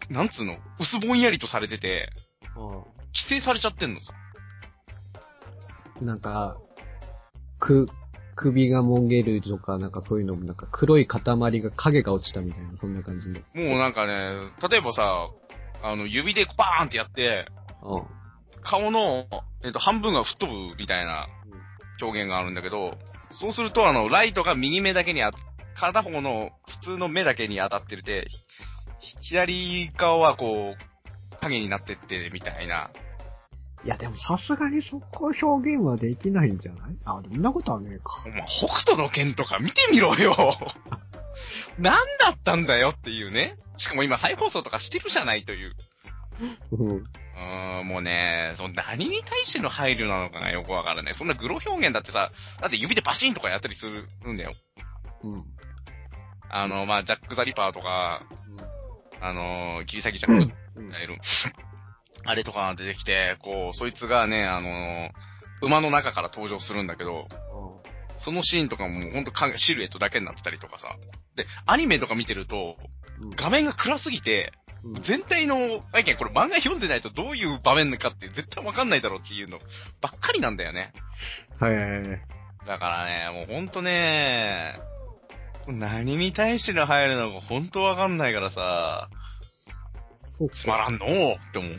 [SPEAKER 2] う、なんつうの、薄ぼんやりとされてて、
[SPEAKER 1] うん
[SPEAKER 2] 規制されちゃってんのさ。
[SPEAKER 1] なんか、く、首がもげるとか、なんかそういうのも、なんか黒い塊が影が落ちたみたいな、そんな感じで。
[SPEAKER 2] もうなんかね、例えばさ、あの、指でバーンってやって、
[SPEAKER 1] うん。
[SPEAKER 2] 顔の、えっと、半分が吹っ飛ぶみたいな表現があるんだけど、そうすると、あの、ライトが右目だけにあ、片方の普通の目だけに当たってるて、ひ左側はこう、影になってって、みたいな。
[SPEAKER 1] いや、でもさすがにそこ表現はできないんじゃないあ、でもそんなことはねえか
[SPEAKER 2] お。前、北斗の剣とか見てみろよ 何だったんだよっていうね。しかも今再放送とかしてるじゃないという。
[SPEAKER 1] うん。
[SPEAKER 2] うーん、もうね、その何に対しての配慮なのかがよくわからない。そんなグロ表現だってさ、だって指でバシンとかやったりするんだよ。
[SPEAKER 1] うん。
[SPEAKER 2] あの、まあ、ジャック・ザ・リパーとか、あの、切り裂きジャ
[SPEAKER 1] う
[SPEAKER 2] ッ
[SPEAKER 1] ん
[SPEAKER 2] クがいる。あれとかが出てきて、こう、そいつがね、あの、馬の中から登場するんだけど、そのシーンとかももうほんと影シルエットだけになってたりとかさ。で、アニメとか見てると、
[SPEAKER 1] うん
[SPEAKER 2] 画面が暗すぎて、
[SPEAKER 1] うん
[SPEAKER 2] 全体の、あいけん、これ漫画読んでないとどういう場面かって絶対わかんないだろうっていうのばっかりなんだよね。
[SPEAKER 1] はいはいはい。
[SPEAKER 2] だからね、もうほんとね、何に対しての入るのかほんとわかんないからさ、
[SPEAKER 1] そう
[SPEAKER 2] つまらんのーって思う。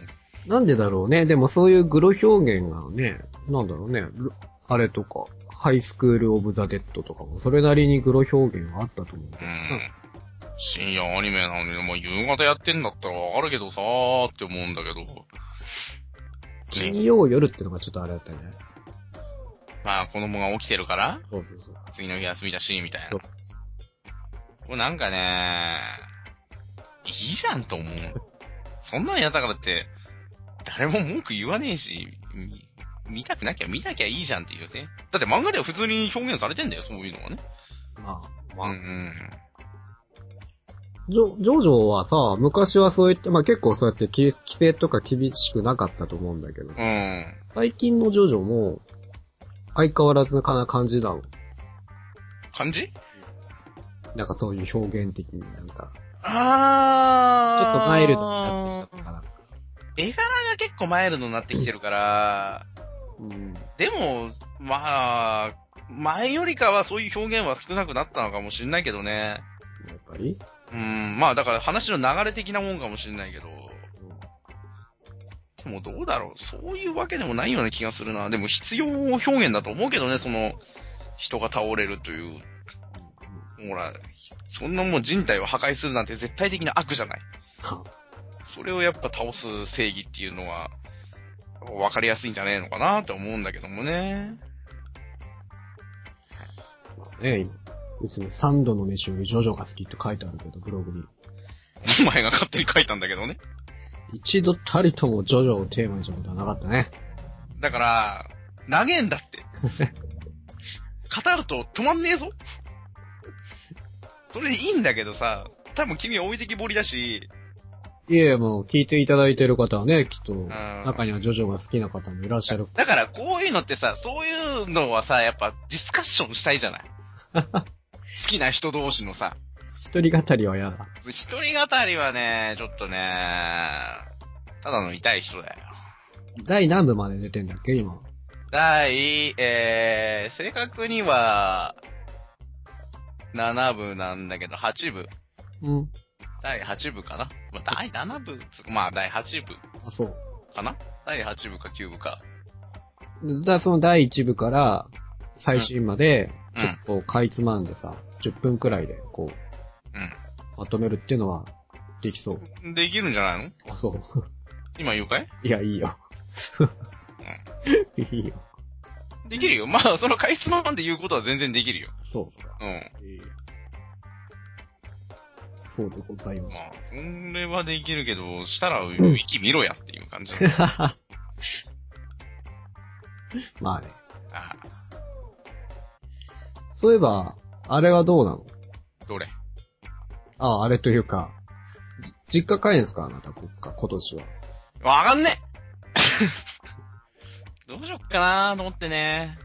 [SPEAKER 1] なんでだろうね。でもそういうグロ表現がね、なんだろうね。ルあれとか、ハイスクールオブザ・デッドとかも、それなりにグロ表現はあったと思う。
[SPEAKER 2] うん。深夜アニメなのに、もう夕方やってんだったらわかるけどさーって思うんだけど。
[SPEAKER 1] 金曜夜ってのがちょっとあれだったよね。
[SPEAKER 2] まあ子供が起きてるから、
[SPEAKER 1] そうそうそうそう。
[SPEAKER 2] 次の日休みだし、みたいな。
[SPEAKER 1] そう
[SPEAKER 2] もうなんかね、いいじゃんと思う。そんなんやったからって、誰も文句言わねえし、み見たくなきゃ見なきゃいいじゃんっていうね。だって漫画では普通に表現されてんだよ、そういうのはね。
[SPEAKER 1] まあ、
[SPEAKER 2] う
[SPEAKER 1] ま
[SPEAKER 2] ん
[SPEAKER 1] あ、
[SPEAKER 2] うん。
[SPEAKER 1] ジョジョジョはさ、昔はそういった、まあ結構そうやって規規制とか厳しくなかったと思うんだけど、
[SPEAKER 2] うん。
[SPEAKER 1] 最近のジョジョも、相変わらずなかな感じだもん。
[SPEAKER 2] 感じ
[SPEAKER 1] なんかそういう表現的になんか、ちょ
[SPEAKER 2] あ
[SPEAKER 1] っとマイルドになってきたから。
[SPEAKER 2] 絵柄が結構マイルドになってきてるから、
[SPEAKER 1] うん。
[SPEAKER 2] でも、まあ、前よりかはそういう表現は少なくなったのかもしれないけどね。
[SPEAKER 1] やっぱり、
[SPEAKER 2] うん、まあだから話の流れ的なもんかもしれないけど、でもどうだろう。そういうわけでもないような気がするな。でも必要表現だと思うけどね、その、人が倒れるという。ほら、そんなもん人体を破壊するなんて絶対的な悪じゃない。
[SPEAKER 1] は
[SPEAKER 2] それをやっぱ倒す正義っていうのは、わかりやすいんじゃねえのかなと思うんだけどもね。
[SPEAKER 1] まあね、今。うちの三度の飯よりジョジョが好きって書いてあるけど、ブログに。
[SPEAKER 2] お前が勝手に書いたんだけどね。
[SPEAKER 1] 一度たりともジョジョをテーマにしたことはなかったね。
[SPEAKER 2] だから、投げんだって。語ると止まんねえぞ。それでいいんだけどさ、多分君は置いてきぼりだし、
[SPEAKER 1] いえ、もう聞いていただいてる方はね、きっと、
[SPEAKER 2] ん
[SPEAKER 1] 中にはジョジョが好きな方もいらっしゃる。
[SPEAKER 2] だからこういうのってさ、そういうのはさ、やっぱディスカッションしたいじゃない。好きな人同士のさ、
[SPEAKER 1] 一人語りは嫌だ。
[SPEAKER 2] 一人語りはね、ちょっとね、ただの痛い人だよ。
[SPEAKER 1] 第何部まで出てんだっけ、今。
[SPEAKER 2] 第、えー、正確には、7部なんだけど、8部。
[SPEAKER 1] うん。
[SPEAKER 2] 第8部かな、まあ、第7部つまあ、第8部
[SPEAKER 1] あ、そう。
[SPEAKER 2] かな第8部か9部か。
[SPEAKER 1] だその第1部から最新まで、
[SPEAKER 2] うん
[SPEAKER 1] ちょっとかいつまんでさ、10分くらいで、こう、まとめるっていうのは、できそう。
[SPEAKER 2] うん。できるんじゃないの
[SPEAKER 1] あ、そう。
[SPEAKER 2] 今言うかい
[SPEAKER 1] いや、いいよ。 いいよ。
[SPEAKER 2] できるよ。まあ、そのかいつまんで言うことは全然できるよ。
[SPEAKER 1] そうっすか。
[SPEAKER 2] うん。
[SPEAKER 1] えーそうでございま。
[SPEAKER 2] ますあ、それはできるけど、したら、息見ろやっていう感じ。あ
[SPEAKER 1] まあね。
[SPEAKER 2] あ、
[SPEAKER 1] そういえば、あれはどうなの
[SPEAKER 2] どれ
[SPEAKER 1] あ、あれというか、じ実家帰るんですかあなた、こっか今年は。
[SPEAKER 2] わかんねえ どうしよっかなーと思ってね。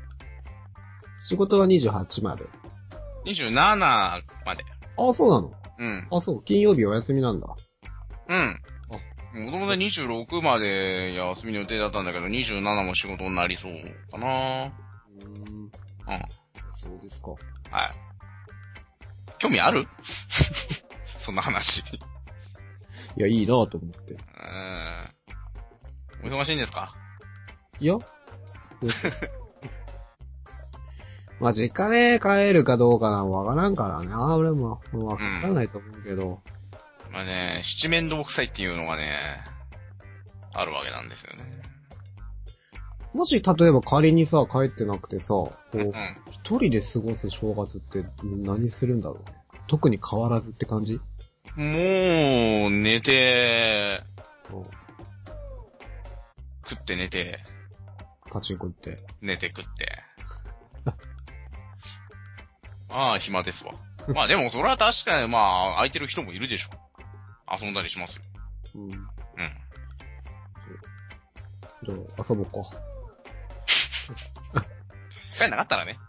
[SPEAKER 1] 仕事は28まで。
[SPEAKER 2] 27まで。
[SPEAKER 1] あ、そうなの
[SPEAKER 2] うん。
[SPEAKER 1] あ、そう、金曜日お休みなんだ。
[SPEAKER 2] うん。もともと26まで休みの予定だったんだけど、27も仕事になりそうかなー
[SPEAKER 1] うーん。
[SPEAKER 2] うん。
[SPEAKER 1] そうですか。
[SPEAKER 2] はい。興味ある そんな話。
[SPEAKER 1] いや、いいなぁと思って。
[SPEAKER 2] うん。お忙しいんですか
[SPEAKER 1] いや。 どうしたまあ、実家ね、帰るかどうかなんわからんからな。俺も、わからないと思うけど。
[SPEAKER 2] まあね、七面倒くさいっていうのがね、あるわけなんですよね。
[SPEAKER 1] もし、例えば仮にさ、帰ってなくてさ、こう
[SPEAKER 2] うん。
[SPEAKER 1] 一人で過ごす正月って何するんだろうね。特に変わらずって感じ
[SPEAKER 2] もう、寝て、
[SPEAKER 1] うん
[SPEAKER 2] 食って寝て、
[SPEAKER 1] パチンコ行って。
[SPEAKER 2] 寝て食って。ああ、暇ですわ。まあでもそれは確かにまあ、空いてる人もいるでしょ。遊んだりしますよ。
[SPEAKER 1] うん。じ
[SPEAKER 2] うん。
[SPEAKER 1] ゃあ、遊ぼうか。
[SPEAKER 2] 使えなかったらね。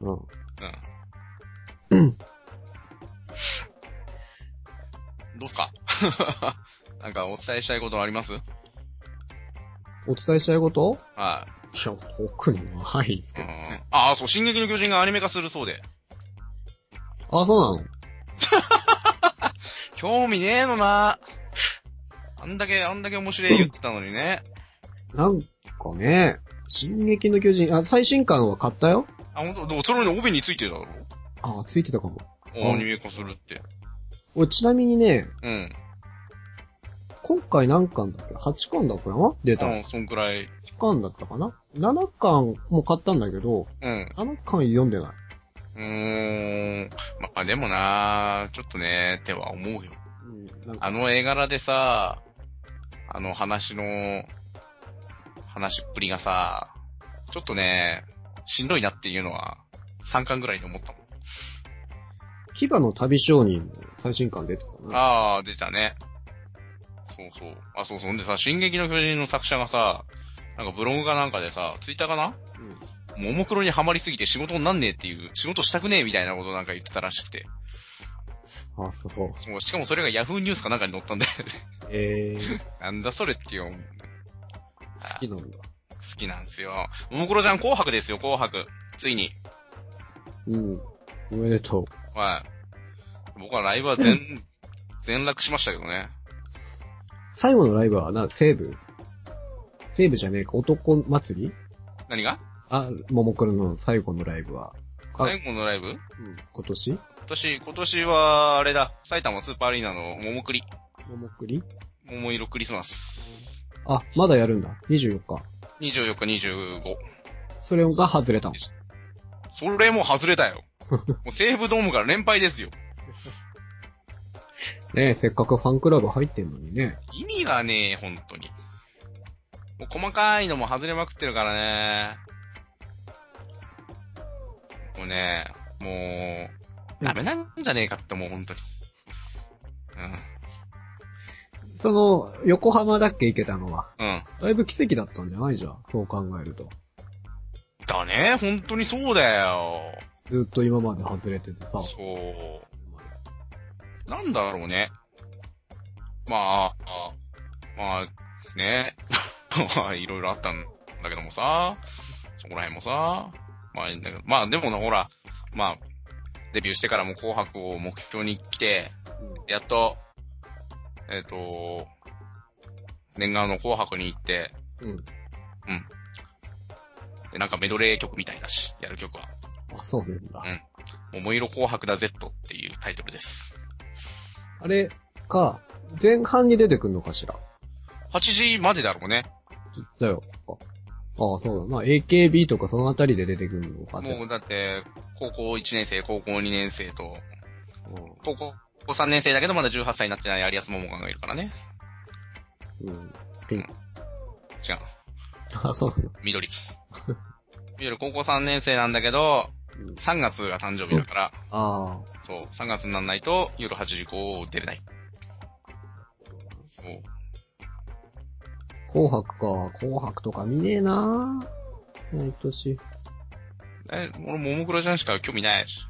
[SPEAKER 1] うん。
[SPEAKER 2] どうすか なんかお伝えしたいことありますはい、
[SPEAKER 1] お伝えしたいこといや、特にないです
[SPEAKER 2] う
[SPEAKER 1] け
[SPEAKER 2] ん
[SPEAKER 1] どね。
[SPEAKER 2] ああ、そう、進撃の巨人がアニメ化するそうで。
[SPEAKER 1] あ、そうなの
[SPEAKER 2] 興味ねえのな。あんだけ、あんだけ面白い言ってたのにね。
[SPEAKER 1] なんかね、進撃の巨人、あ、最新刊は買ったよ
[SPEAKER 2] あ、ほんと、でもそれの帯についてるだろ
[SPEAKER 1] あ、ついてたかも。うん
[SPEAKER 2] アニメ化するって。
[SPEAKER 1] 俺、ちなみにね、
[SPEAKER 2] うん。
[SPEAKER 1] 今回何巻だっけ ?8 巻だったかな出た。
[SPEAKER 2] う
[SPEAKER 1] 8
[SPEAKER 2] ん、そんくらい。
[SPEAKER 1] 巻だったかな ?7 巻も買ったんだけど、
[SPEAKER 2] うん。
[SPEAKER 1] 7巻読んでない。
[SPEAKER 2] うーん。まあでもなちょっとね、っては思うよ。
[SPEAKER 1] うん、なんか
[SPEAKER 2] あの絵柄でさ、あの話の、話っぷりがさ、ちょっとね、しんどいなっていうのは、3巻ぐらいで思ったもん。
[SPEAKER 1] 牙の旅商人の最新刊出てたな。
[SPEAKER 2] あー、出たね。そうそう。あ、そうそう。んでさ、進撃の巨人の作者がさ、なんかブログかなんかでさ、ツイッターかな
[SPEAKER 1] うん
[SPEAKER 2] ももクロにはまりすぎて仕事になんねえっていう、仕事したくねえみたいなことなんか言ってたらしくて。
[SPEAKER 1] あ、そう。
[SPEAKER 2] そうしかもそれがヤフーニュースかなんかに載ったんだよね。
[SPEAKER 1] えー、
[SPEAKER 2] なんだそれっていう、
[SPEAKER 1] 好きなんだ。
[SPEAKER 2] 好きなんですよ。ももクロちゃん紅白ですよ、紅白。ついに。
[SPEAKER 1] うん。おめでとう。
[SPEAKER 2] はい。僕はライブは全、全落しましたけどね。
[SPEAKER 1] 最後のライブはな、西武西武じゃねえか、男祭り
[SPEAKER 2] 何が
[SPEAKER 1] あ、ももクロの最後のライブは、あ
[SPEAKER 2] 最後のライブ
[SPEAKER 1] うん、今年
[SPEAKER 2] 今年、今年は、あれだ、埼玉スーパーアリーナの桃栗、
[SPEAKER 1] ももくり
[SPEAKER 2] 桃色クリスマス。
[SPEAKER 1] あ、まだやるんだ。24日。
[SPEAKER 2] 24日25。
[SPEAKER 1] それが外れたの。
[SPEAKER 2] それも外れたよ。もう西武ドームから連敗ですよ。
[SPEAKER 1] ねえ、せっかくファンクラブ入ってんのにね。
[SPEAKER 2] 意味がねえ、本当に。もう細かいのも外れまくってるからね。もうね、もう、ダメなんじゃねえかってもう本当に。
[SPEAKER 1] その、横浜だっけ行けたのは。
[SPEAKER 2] うん。うん。
[SPEAKER 1] だいぶ奇跡だったんじゃないじゃん。そう考えると。
[SPEAKER 2] だね、本当にそうだよ。
[SPEAKER 1] ずっと今まで外れててさ。
[SPEAKER 2] そなんだろうね。まあ、まあ、ね。 まあ、いろいろあったんだけどもさ、そこら辺もさ、まあ、だけどまあ、でもな、ほら、まあ、デビューしてからも紅白を目標に来て、やっと、えっ、と、念願の紅白に行って、
[SPEAKER 1] うん。うん。
[SPEAKER 2] うん。で、なんかメドレー曲みたいだし、やる曲は。
[SPEAKER 1] あ、そうなんだ。
[SPEAKER 2] 桃色紅白だ Z っていうタイトルです。
[SPEAKER 1] あれか、前半に出てくんのかしら。
[SPEAKER 2] 8時までだろうね。
[SPEAKER 1] だよ。ああ、そうだな。AKB とかそのあたりで出てくるのか。
[SPEAKER 2] もうだって、高校1年生、高校2年生と、高校3年生だけどまだ18歳になってない有安桃子がいるからね。
[SPEAKER 1] うん。うん。ピンク。
[SPEAKER 2] 違う。
[SPEAKER 1] あ、そうなの
[SPEAKER 2] 緑。緑高校3年生なんだけど、
[SPEAKER 1] うん。
[SPEAKER 2] 3月が誕生日だから、
[SPEAKER 1] あ
[SPEAKER 2] そう、3月にならないと夜8時以降出れない。そう。
[SPEAKER 1] あ、紅白か。紅白とか見ねえな毎年。
[SPEAKER 2] え、俺、ももクロちゃんしか興味ないし。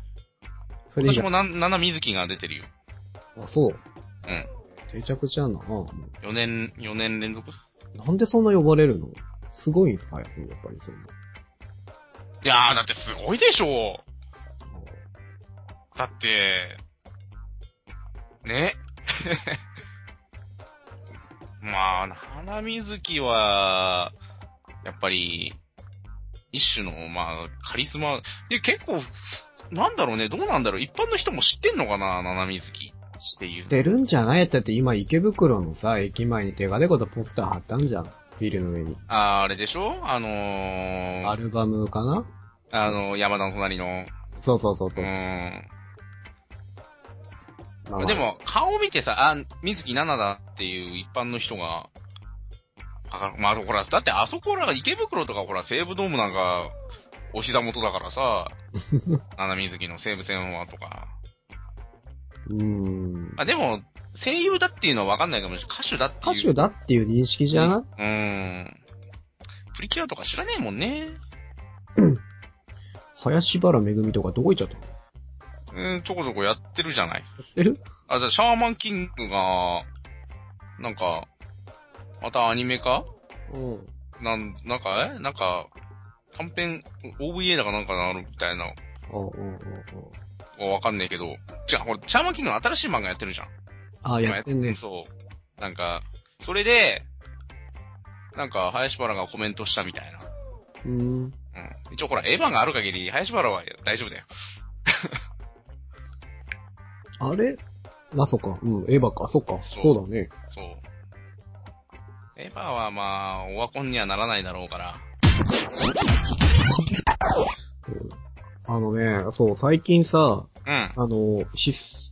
[SPEAKER 1] それ以
[SPEAKER 2] 私
[SPEAKER 1] 外
[SPEAKER 2] もな、ななみずきが出てるよ。
[SPEAKER 1] あ、そう。
[SPEAKER 2] うん。
[SPEAKER 1] 定着しちゃうな。も
[SPEAKER 2] 4年、4年連続
[SPEAKER 1] うなんでそんな呼ばれるのすごいんですかやっぱりそんな。
[SPEAKER 2] いやー、だってすごいでしょだって、ね。 まあ、花水木は、やっぱり、一種の、まあ、カリスマ。で、結構、なんだろうね、どうなんだろう。一般の人も知ってんのかな、花水木っていう。
[SPEAKER 1] 出るんじゃないだって今池袋のさ、駅前に手がでことポスター貼ったんじゃん。ビルの上に。
[SPEAKER 2] あー、あれでしょあのー、
[SPEAKER 1] アルバムかな
[SPEAKER 2] あの、山田の隣の。
[SPEAKER 1] そうそうそう
[SPEAKER 2] う
[SPEAKER 1] そう。
[SPEAKER 2] ん。
[SPEAKER 1] まあまあ
[SPEAKER 2] で、も、顔見てさ、あ、水木奈々だっていう一般の人が、わかるまあ、ほら、だってあそこら、池袋とかほら、西武ドームなんか、お膝元だから さ、奈々水木の西武線はとか。
[SPEAKER 1] うーん。
[SPEAKER 2] まあでも、声優だっていうのはわかんないかもしれない。歌手だっていう。
[SPEAKER 1] 歌手だっていう認識じゃな
[SPEAKER 2] うん。プリキュアとか知らねえもんね。
[SPEAKER 1] 林原めぐみとかどこ行っちゃったのや
[SPEAKER 2] うん、ちょこちょこやってるじゃない。
[SPEAKER 1] ってる
[SPEAKER 2] あ、じゃあ、シャーマンキングが、なんか、またアニメ化
[SPEAKER 1] うん。
[SPEAKER 2] なん、なんか、えなんか、短編、OVA だかなんかなのみたいな、
[SPEAKER 1] あ、うん、うん、
[SPEAKER 2] わかんねえけど。じゃあ、ほら、シャーマンキングの新しい漫画やってるじゃん。
[SPEAKER 1] あ。あ、やってんね。
[SPEAKER 2] そう。なんか、それで、なんか、林原がコメントしたみたいな。
[SPEAKER 1] うーん。
[SPEAKER 2] うん。一応ほら、エヴァがある限り、林原は大丈夫だよ。
[SPEAKER 1] あれあ、そっか。うん、エヴァか。そっか。
[SPEAKER 2] そう
[SPEAKER 1] そうだね。
[SPEAKER 2] そう。エヴァはまあ、オワコンにはならないだろうから。
[SPEAKER 1] あのね、そう、最近さ、
[SPEAKER 2] うん、
[SPEAKER 1] あの、ひ、久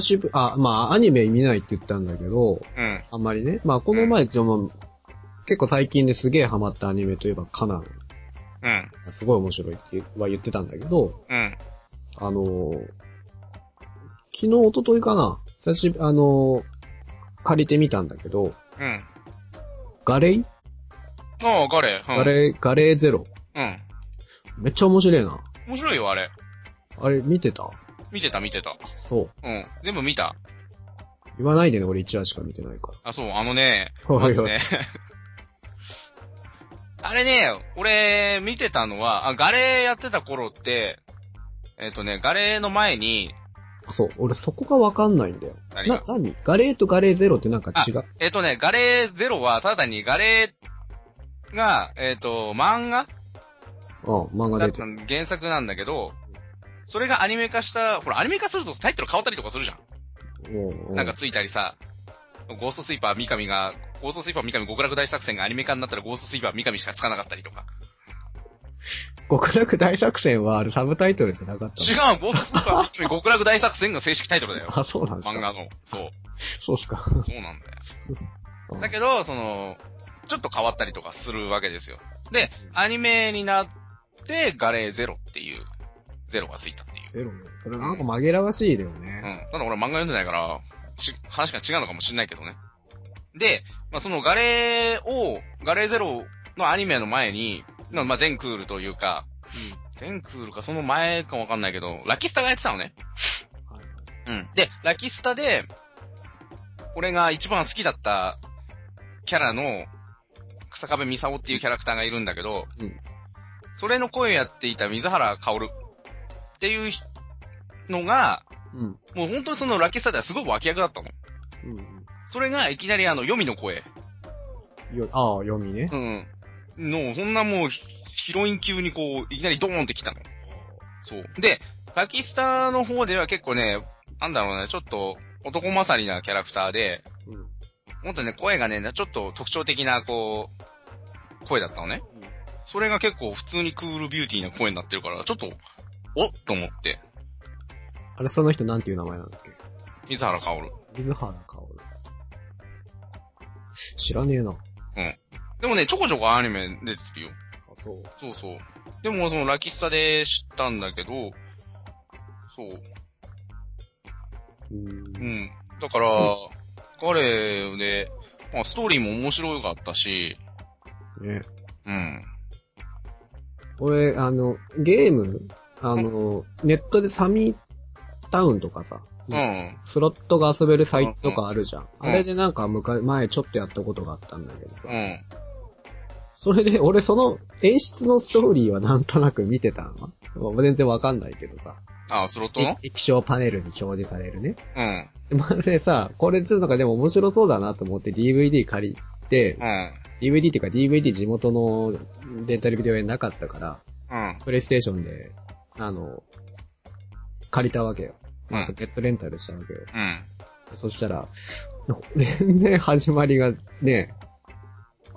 [SPEAKER 1] しぶり、あ、まあ、アニメ見ないって言ったんだけど、
[SPEAKER 2] うん、
[SPEAKER 1] あんまりね。まあ、この前、ちょ、まあ、結構最近ですげえハマったアニメといえば、カナン
[SPEAKER 2] うん、
[SPEAKER 1] がすごい面白いっては言ってたんだけど、
[SPEAKER 2] うん、
[SPEAKER 1] あのー昨日、一昨日かな久しぶり、あのー借りてみたんだけど、
[SPEAKER 2] うん。
[SPEAKER 1] ガレイ
[SPEAKER 2] ああ、ガレー。う
[SPEAKER 1] ガ
[SPEAKER 2] ん、
[SPEAKER 1] レイ、ガレイゼロ。
[SPEAKER 2] うん。
[SPEAKER 1] めっちゃ面白いな。
[SPEAKER 2] 面白いよ、あれ。
[SPEAKER 1] あれ、見てた
[SPEAKER 2] 見てた、見てた。
[SPEAKER 1] あ、そう。
[SPEAKER 2] うん。全部見た。
[SPEAKER 1] 言わないでね、俺1話しか見てないから。
[SPEAKER 2] あ、そう、あのね、
[SPEAKER 1] そう
[SPEAKER 2] まずね。 あれね、俺、見てたのは、あ、ガレーやってた頃って、えっ、とね、ガレーの前に、
[SPEAKER 1] あそう、俺そこがわかんないんだよ。
[SPEAKER 2] 何
[SPEAKER 1] な
[SPEAKER 2] が、
[SPEAKER 1] 何ガレイとガレイゼロってなんか違う。
[SPEAKER 2] えっ、とね、ガレーゼロは、ただにガレーが、えっ、と、漫画
[SPEAKER 1] うん、漫画
[SPEAKER 2] だっ
[SPEAKER 1] 出て
[SPEAKER 2] た
[SPEAKER 1] る。
[SPEAKER 2] 原作なんだけど、それがアニメ化した、ほら、アニメ化するとタイトル変わったりとかするじゃん。
[SPEAKER 1] うん、
[SPEAKER 2] なんかついたりさ、ゴーストスイーパー三上が、ゴーストスイーパー三上極楽大作戦がアニメ化になったらゴーストスイーパー三上しかつかなかったりとか。
[SPEAKER 1] 極楽大作戦はあれサブタイトルじゃなかった
[SPEAKER 2] 違う、ゴーストスイーパー三上極楽大作戦が正式タイトルだよ。
[SPEAKER 1] の あ、そうなんです
[SPEAKER 2] 漫
[SPEAKER 1] か。
[SPEAKER 2] 画の。そう。
[SPEAKER 1] そうっすか。
[SPEAKER 2] そうなんだよ。
[SPEAKER 1] うん
[SPEAKER 2] だけど、その、ちょっと変わったりとかするわけですよ。で、アニメになって、ガレーゼロっていう、ゼロがついたっていう。
[SPEAKER 1] ゼロね。それなんか紛らわしいだよね。
[SPEAKER 2] うん。ただ俺漫画読んでないから、ち、話が違うのかもしれないけどね。で、まあ、そのガレーを、ガレーゼロのアニメの前に、まあまあ、全クールというか、全クールかその前かわかんないけど、ラキスタがやってたのね。
[SPEAKER 1] はい
[SPEAKER 2] うん。で、ラキスタで、俺が一番好きだったキャラの、草壁美沙っていうキャラクターがいるんだけど、
[SPEAKER 1] うん
[SPEAKER 2] それの声をやっていた水原香織っていうのが、
[SPEAKER 1] うん。
[SPEAKER 2] もう本当にそのラキスタではすごく脇役だったの。
[SPEAKER 1] うん。
[SPEAKER 2] それがいきなりあの、読みの声。
[SPEAKER 1] うん。よ、ああ、読みね
[SPEAKER 2] う。ん。の、そんなもう、ヒヒロイン級にこう、いきなりドーンって来たの。そう。で、ラキスタの方では結構ね、なんだろうね、ちょっと男勝りなキャラクターで、
[SPEAKER 1] うん。
[SPEAKER 2] もっとね、声がね、ちょっと特徴的な、こう、声だったのね。それが結構普通にクールビューティーな声になってるから、ちょっと、おっと思って。
[SPEAKER 1] あれ、その人なんていう名前なんだっけ
[SPEAKER 2] 水原かおる。
[SPEAKER 1] 水原かおる。知らねえな。あ、
[SPEAKER 2] でもね、ちょこちょこアニメ出てるよ。
[SPEAKER 1] そう。
[SPEAKER 2] そうそう。でも、その、ラキスタで知ったんだけど、そう。
[SPEAKER 1] う。
[SPEAKER 2] うんん。だから、彼で、まあ、ストーリーも面白かったし、
[SPEAKER 1] ね。
[SPEAKER 2] うん。
[SPEAKER 1] 俺、あの、ゲーム、あの、ネットでサミータウンとかさ、
[SPEAKER 2] うん。
[SPEAKER 1] スロットが遊べるサイトとかあるじゃん。
[SPEAKER 2] うん
[SPEAKER 1] あれでなんか昔、前ちょっとやったことがあったんだけどさ
[SPEAKER 2] う。ん。
[SPEAKER 1] それで、俺その演出のストーリーはなんとなく見てたの まあ全然わかんないけどさ。
[SPEAKER 2] あ、スロットの
[SPEAKER 1] 液晶パネルに表示されるね。
[SPEAKER 2] うん。
[SPEAKER 1] まあ、でさ、これちょっとなんかでも面白そうだなと思って DVD 借りて
[SPEAKER 2] う、ん。
[SPEAKER 1] DVD っていうか DVD 地元のデンタルビデオ屋になかったから、
[SPEAKER 2] うん。
[SPEAKER 1] プレイステーションで、あの、借りたわけよ。
[SPEAKER 2] う
[SPEAKER 1] まあ、
[SPEAKER 2] ん。
[SPEAKER 1] ネットレンタルしたわけよ。
[SPEAKER 2] うん。
[SPEAKER 1] そしたら、全然始まりがね、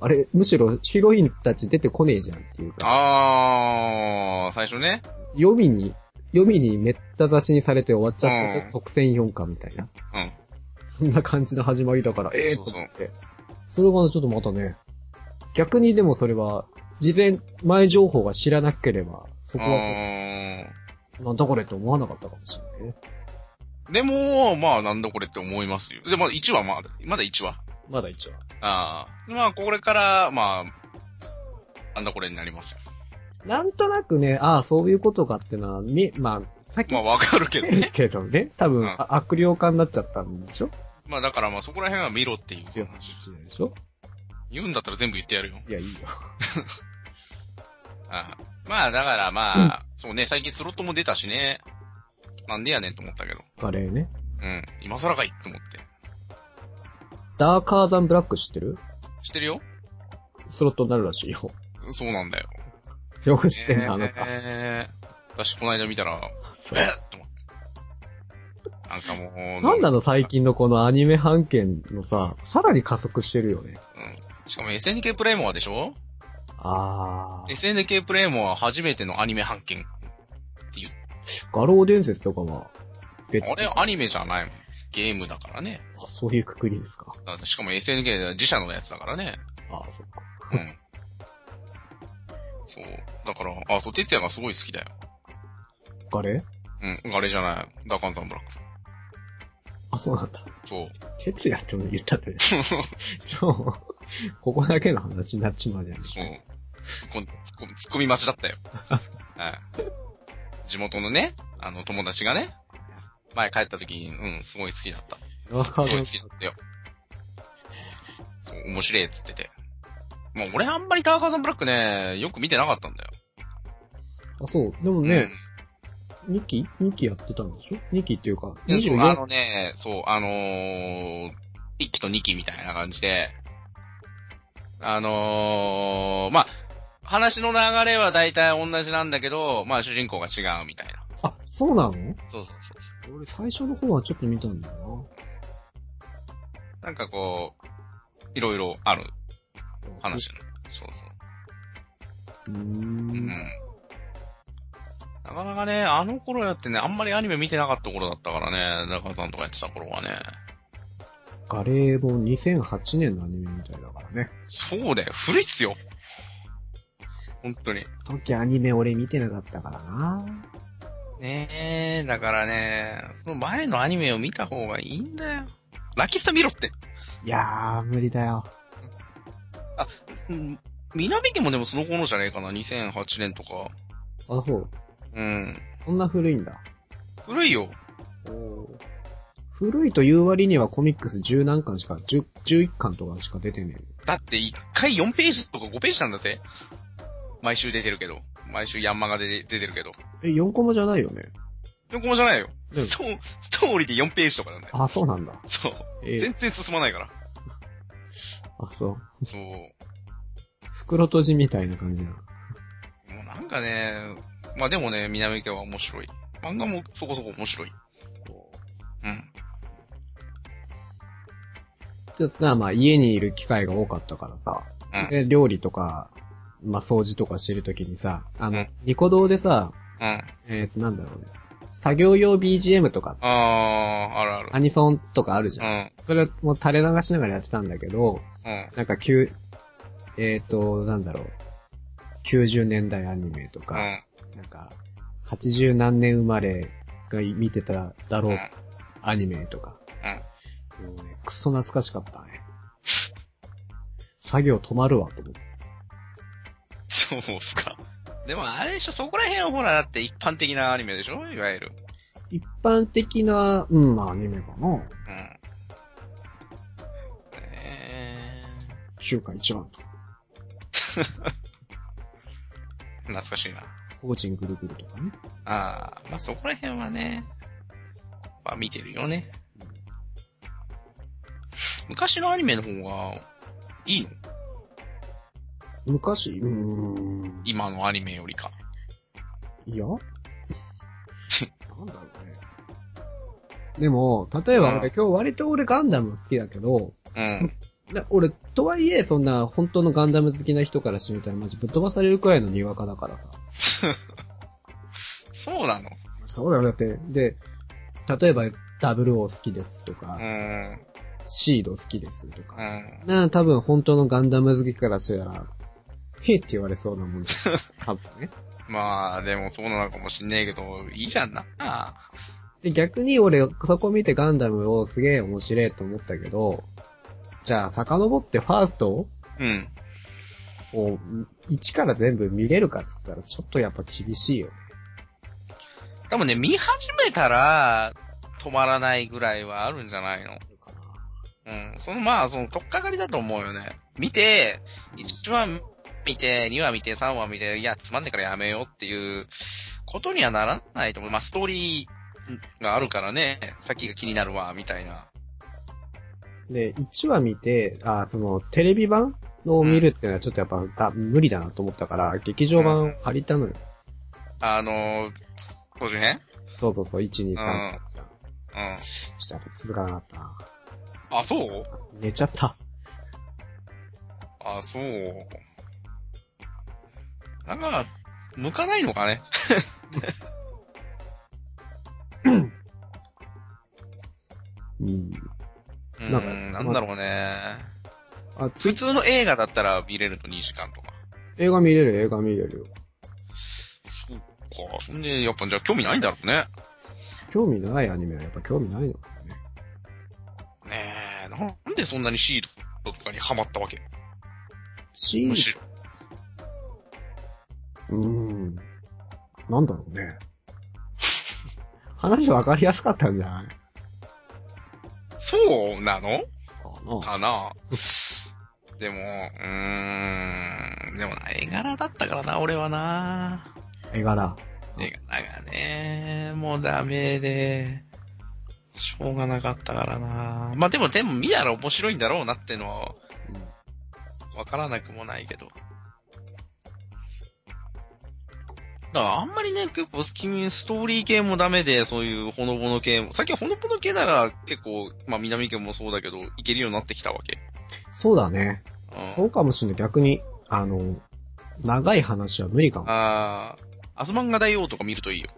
[SPEAKER 1] あれ、むしろヒロインたち出てこねえじゃんっていうか、
[SPEAKER 2] あー、最初ね。
[SPEAKER 1] 読みに、読みにめった出しにされて終わっちゃった、
[SPEAKER 2] うん
[SPEAKER 1] 特選4巻みたいな。
[SPEAKER 2] うん。
[SPEAKER 1] そんな感じの始まりだから、ええ
[SPEAKER 2] そう
[SPEAKER 1] と
[SPEAKER 2] そう
[SPEAKER 1] 思って。それがちょっとまたね、逆にでもそれは、事前、前情報が知らなければ、そこは、
[SPEAKER 2] あ
[SPEAKER 1] なんだこれって思わなかったかもしれないね。
[SPEAKER 2] ー。でも、まあ、なんだこれって思いますよ。で、まだ1話まだ、まだ1話。
[SPEAKER 1] まだ一応。
[SPEAKER 2] ああ。まあ、これから、まあ、なんだこれになりますよ。
[SPEAKER 1] なんとなくね、ああ、そういうことかってのは、み、まあ、さっき
[SPEAKER 2] まあ、
[SPEAKER 1] も
[SPEAKER 2] わかるけど
[SPEAKER 1] 言っ
[SPEAKER 2] ね。
[SPEAKER 1] たけどね、多分、
[SPEAKER 2] うん
[SPEAKER 1] あ悪霊化になっちゃったんでしょ
[SPEAKER 2] まあ、だからまあ、そこら辺は見ろってい
[SPEAKER 1] いうや、
[SPEAKER 2] 話。
[SPEAKER 1] 話でしょ
[SPEAKER 2] 言うんだったら全部言ってやるよ。
[SPEAKER 1] いや、いいよ。
[SPEAKER 2] ああまあ、だからまあ、そうね、最近スロットも出たしね。なんでやねんと思ったけど。
[SPEAKER 1] カレーね。
[SPEAKER 2] うん。今更かいって思って。
[SPEAKER 1] ダーカーザンブラック知ってる
[SPEAKER 2] 知ってるよ
[SPEAKER 1] スロットになるらしいよ。
[SPEAKER 2] そうなんだよ。
[SPEAKER 1] よく知ってんだ、あなた。
[SPEAKER 2] えー、私、この間見たら、
[SPEAKER 1] そう
[SPEAKER 2] えっと思って。なんかもう、
[SPEAKER 1] なんなの最近のこのアニメ版権のさ、さらに加速してるよね。
[SPEAKER 2] うん。しかも SNK プレイモアでしょ
[SPEAKER 1] あー。
[SPEAKER 2] ?SNK プレイモア初めてのアニメ版権。
[SPEAKER 1] 画廊伝説とかは、別
[SPEAKER 2] あ
[SPEAKER 1] に。
[SPEAKER 2] れアニメじゃないもん。ゲームだからね。
[SPEAKER 1] あそういうくくりですか。
[SPEAKER 2] だってしかも SNK で自社のやつだからね。
[SPEAKER 1] あー、そっか。
[SPEAKER 2] うん。 そう。だから、あ、そう、哲也がすごい好きだよ。
[SPEAKER 1] ガレー
[SPEAKER 2] うん。あれじゃない。ダーカンザンブラック。
[SPEAKER 1] あ、そうなんだ。
[SPEAKER 2] そう。
[SPEAKER 1] 哲也っても言ったってね。ちょ、ここだけの話になっちまうじゃん。
[SPEAKER 2] そう。突っ込ん突っ込み、突っ込み待ちだった よ。はい。地元のね、あの、友達がね、前帰った時に、うん、すごい好きだった。
[SPEAKER 1] ダ
[SPEAKER 2] す
[SPEAKER 1] ーカ
[SPEAKER 2] ごい好
[SPEAKER 1] ー
[SPEAKER 2] き
[SPEAKER 1] ザ
[SPEAKER 2] だ
[SPEAKER 1] ン
[SPEAKER 2] ったよ。そう、面白いっつってて。もう俺あんまりダーカーザンブラックね、よく見てなかったんだよ。
[SPEAKER 1] あ、そう。でもね、2期 ?2 期やってたんでしょ ?2 期っていうか、
[SPEAKER 2] うん。そうあ
[SPEAKER 1] 24
[SPEAKER 2] のね、そう、あのー、1期と2期みたいな感じで、あのー、まあ、話の流れは大体同じなんだけど、まあ主人公が違うみたいな。
[SPEAKER 1] あ、そうなの
[SPEAKER 2] そうそうそう。
[SPEAKER 1] 俺最初の方はちょっと見たんだよ
[SPEAKER 2] なんかこう、いろいろある
[SPEAKER 1] な。あ
[SPEAKER 2] 話。そ
[SPEAKER 1] うー
[SPEAKER 2] うそうう。うん。
[SPEAKER 1] ん。
[SPEAKER 2] なかなかね、あの頃やってね、あんまりアニメ見てなかった頃だったからね、中さんとかやってた頃はね。
[SPEAKER 1] ガレーも2008年のアニメみたいだからね。
[SPEAKER 2] そうだよ、古いっすよ。本当に。
[SPEAKER 1] 時アニメ俺見てなかったからな。
[SPEAKER 2] ねえ、だからね、その前のアニメを見た方がいいんだよ。ラキスタ見ろって。
[SPEAKER 1] いやー、無理だよ。
[SPEAKER 2] うん。南家もでもその頃じゃねえかな、2008年とか。
[SPEAKER 1] あ、そう。
[SPEAKER 2] うん。
[SPEAKER 1] そんな古いんだ。
[SPEAKER 2] 古いよ。
[SPEAKER 1] 古いという割にはコミックス十何巻しか、十、十一巻とかしか出てね
[SPEAKER 2] だって一回4ページとか5ページなんだぜ。毎週出てるけど。毎週ヤンマガで出出てるけど。
[SPEAKER 1] え。え、四コマじゃないよね。
[SPEAKER 2] 4コマじゃないよ。
[SPEAKER 1] でも
[SPEAKER 2] ストーストーリーで4ページとかなんだよ。
[SPEAKER 1] あ、そうなんだ。
[SPEAKER 2] そう。
[SPEAKER 1] ええ
[SPEAKER 2] 全然進まないから。
[SPEAKER 1] あ、そう。
[SPEAKER 2] そう。
[SPEAKER 1] 袋閉じみたいな感じだ。
[SPEAKER 2] もうなんかね、まあでもね、南家は面白い。漫画もそこそこ面白い。うん。
[SPEAKER 1] ちょっとな、まあ家にいる機会が多かったからさ。
[SPEAKER 2] うん。
[SPEAKER 1] で、料理とか、まあ掃除とかしてるときにさ、あの、
[SPEAKER 2] うん
[SPEAKER 1] ニコ動でさ、
[SPEAKER 2] うん。
[SPEAKER 1] えー、と、なんだろうね。作業用 BGM とか、
[SPEAKER 2] あー、あるある。
[SPEAKER 1] アニソンとかあるじ
[SPEAKER 2] う
[SPEAKER 1] ゃん。
[SPEAKER 2] ん。
[SPEAKER 1] それも垂れ流しながらやってたんだけど、
[SPEAKER 2] うん。
[SPEAKER 1] なんか急、えっ、ー、と、なんだろう。90年代アニメと
[SPEAKER 2] う
[SPEAKER 1] か、
[SPEAKER 2] ん。
[SPEAKER 1] なんか、80何年生まれが見てただ
[SPEAKER 2] う。
[SPEAKER 1] ろうんアニメとか。もうね、くそ懐かしかったね。作業止まるわ、と思って。
[SPEAKER 2] そうっすか。でもあれでしょ、そこら辺はほら、だって一般的なアニメでしょいわゆる。
[SPEAKER 1] 一般的な、うん、まあアニメかな。
[SPEAKER 2] うん。え
[SPEAKER 1] 中華一番とか、
[SPEAKER 2] ー、懐かしいな。
[SPEAKER 1] 法人ぐるぐるとかね。
[SPEAKER 2] ああ、まあそこら辺はね、まあ見てるよね。昔のアニメの方が、いいの
[SPEAKER 1] 昔、うーん、
[SPEAKER 2] 今のアニメよりか。
[SPEAKER 1] いやなんだろうね。でも、例えば俺、
[SPEAKER 2] うん
[SPEAKER 1] 今日割と俺ガンダム好きだけど、
[SPEAKER 2] うん。
[SPEAKER 1] な俺、とはいえ、そんな本当のガンダム好きな人からしてみたらマジぶっ飛ばされるくらいのにわかだからさ。
[SPEAKER 2] そうなの
[SPEAKER 1] そうだよ、だって。で、例えば、ダブルオ好きですとか、
[SPEAKER 2] うん。
[SPEAKER 1] シード好きですと
[SPEAKER 2] う
[SPEAKER 1] か。
[SPEAKER 2] ん。
[SPEAKER 1] なあ、多分本当のガンダム好きからしたら、へえって言われそうなもんじゃん。多分ね。
[SPEAKER 2] まあ、でもそうなのかもしんねえけど、いいじゃんな。あ
[SPEAKER 1] で、逆に俺、そこ見てガンダムをすげえ面白いと思ったけど、じゃあ、遡ってファースト
[SPEAKER 2] あうん。
[SPEAKER 1] を、一から全部見れるかっつったら、ちょっとやっぱ厳しいよ。
[SPEAKER 2] 多分ね、見始めたら、止まらないぐらいはあるんじゃないのうん。その、まあ、その、とっかかりだと思うよね。見て、1話見て、2話見て、3話見て、いや、つまんねえからやめようっていうことにはならないと思う。まあ、ストーリーがあるからね、先が気になるわ、みたいな。
[SPEAKER 1] で、1話見て、あ、その、テレビ版を見るっていうのはちょっとやっぱ、だ無理だなと思ったから、劇場版を借りたのよ。
[SPEAKER 2] あのー、当時ね。
[SPEAKER 1] そうそうそう、1、2、3
[SPEAKER 2] うん
[SPEAKER 1] だったじゃん。
[SPEAKER 2] うん。
[SPEAKER 1] ちょっとやっぱ続かなかったな。
[SPEAKER 2] あ、そう
[SPEAKER 1] 寝ちゃった。
[SPEAKER 2] あ、そう。なんか、向かないのかね。
[SPEAKER 1] うん。
[SPEAKER 2] う
[SPEAKER 1] なんか
[SPEAKER 2] ん、なんだろうね。
[SPEAKER 1] あ、ツイ
[SPEAKER 2] 普通の映画だったら見れると2時間とか。
[SPEAKER 1] 映画見れる、映画見れるよ。
[SPEAKER 2] そうか。そんで、やっぱじゃあ興味ないんだろうね。
[SPEAKER 1] 興味ないアニメはやっぱ興味ないのかもね。
[SPEAKER 2] ねえ、ななんでそんなにシートとかにハマったわけ
[SPEAKER 1] シ
[SPEAKER 2] む
[SPEAKER 1] ー
[SPEAKER 2] しろ。
[SPEAKER 1] うーん。なんだろうね。話わかりやすかったんじゃない
[SPEAKER 2] そうなの
[SPEAKER 1] か
[SPEAKER 2] かなでも、うーん、でもな、絵柄だったからな、俺はな。
[SPEAKER 1] な。絵柄。
[SPEAKER 2] 絵柄がね、もうダメで、しょうがなかったからな。まあでも、でも見たら面白いんだろうなってのは、わからなくもないけど。だからあんまりね、結構スキミストーリー系もダメで、そういうほのぼの系も。最近ほのぼの系なら結構、まあ南家もそうだけど、いけるようになってきたわけ。
[SPEAKER 1] そうだね。
[SPEAKER 2] う
[SPEAKER 1] そ
[SPEAKER 2] ん。
[SPEAKER 1] うかもしんない。逆に、あの、長い話は無理かも。あ
[SPEAKER 2] あー、アズマンガ大王とか見るといいよ。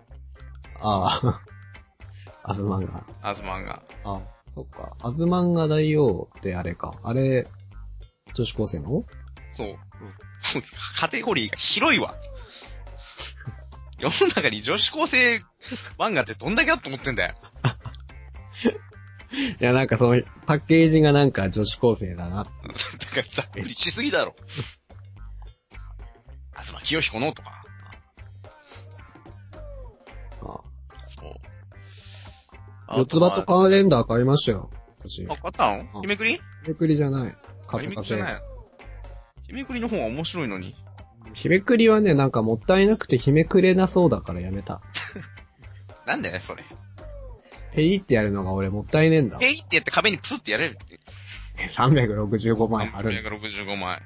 [SPEAKER 1] あ。 アズマンガ。
[SPEAKER 2] アズマンガ。
[SPEAKER 1] あ、そっか。アズマンガ大王ってあれか。あれ、女子高生の
[SPEAKER 2] そう。カテゴリーが広いわ。世の中に女子高生漫画ってどんだけあって思ってんだよ。
[SPEAKER 1] いや、なんかその、パッケージがなんか女子高生だな。
[SPEAKER 2] だからざっくりしすぎだろ。あずまきよひこのとか。
[SPEAKER 1] あ
[SPEAKER 2] そう。
[SPEAKER 1] 四つ葉と
[SPEAKER 2] か。
[SPEAKER 1] カーレンダー買いましたよ。私。
[SPEAKER 2] あ、買ったの
[SPEAKER 1] うん
[SPEAKER 2] 日めくり
[SPEAKER 1] 日めくりじゃない。
[SPEAKER 2] あ
[SPEAKER 1] カ
[SPEAKER 2] 日
[SPEAKER 1] フェ
[SPEAKER 2] めく
[SPEAKER 1] カ
[SPEAKER 2] りじ
[SPEAKER 1] フ
[SPEAKER 2] ゃな
[SPEAKER 1] ェ。
[SPEAKER 2] い。日めくりの方が面白いのに。
[SPEAKER 1] 日めくりはね、なんかもったいなくて日めくれなそうだからやめた。
[SPEAKER 2] なんだよね、それ。
[SPEAKER 1] ペイってやるのが俺もったいねえんだ。
[SPEAKER 2] ペイってやって壁にプスってやれるって。
[SPEAKER 1] 365枚貼るんだ。
[SPEAKER 2] 365枚。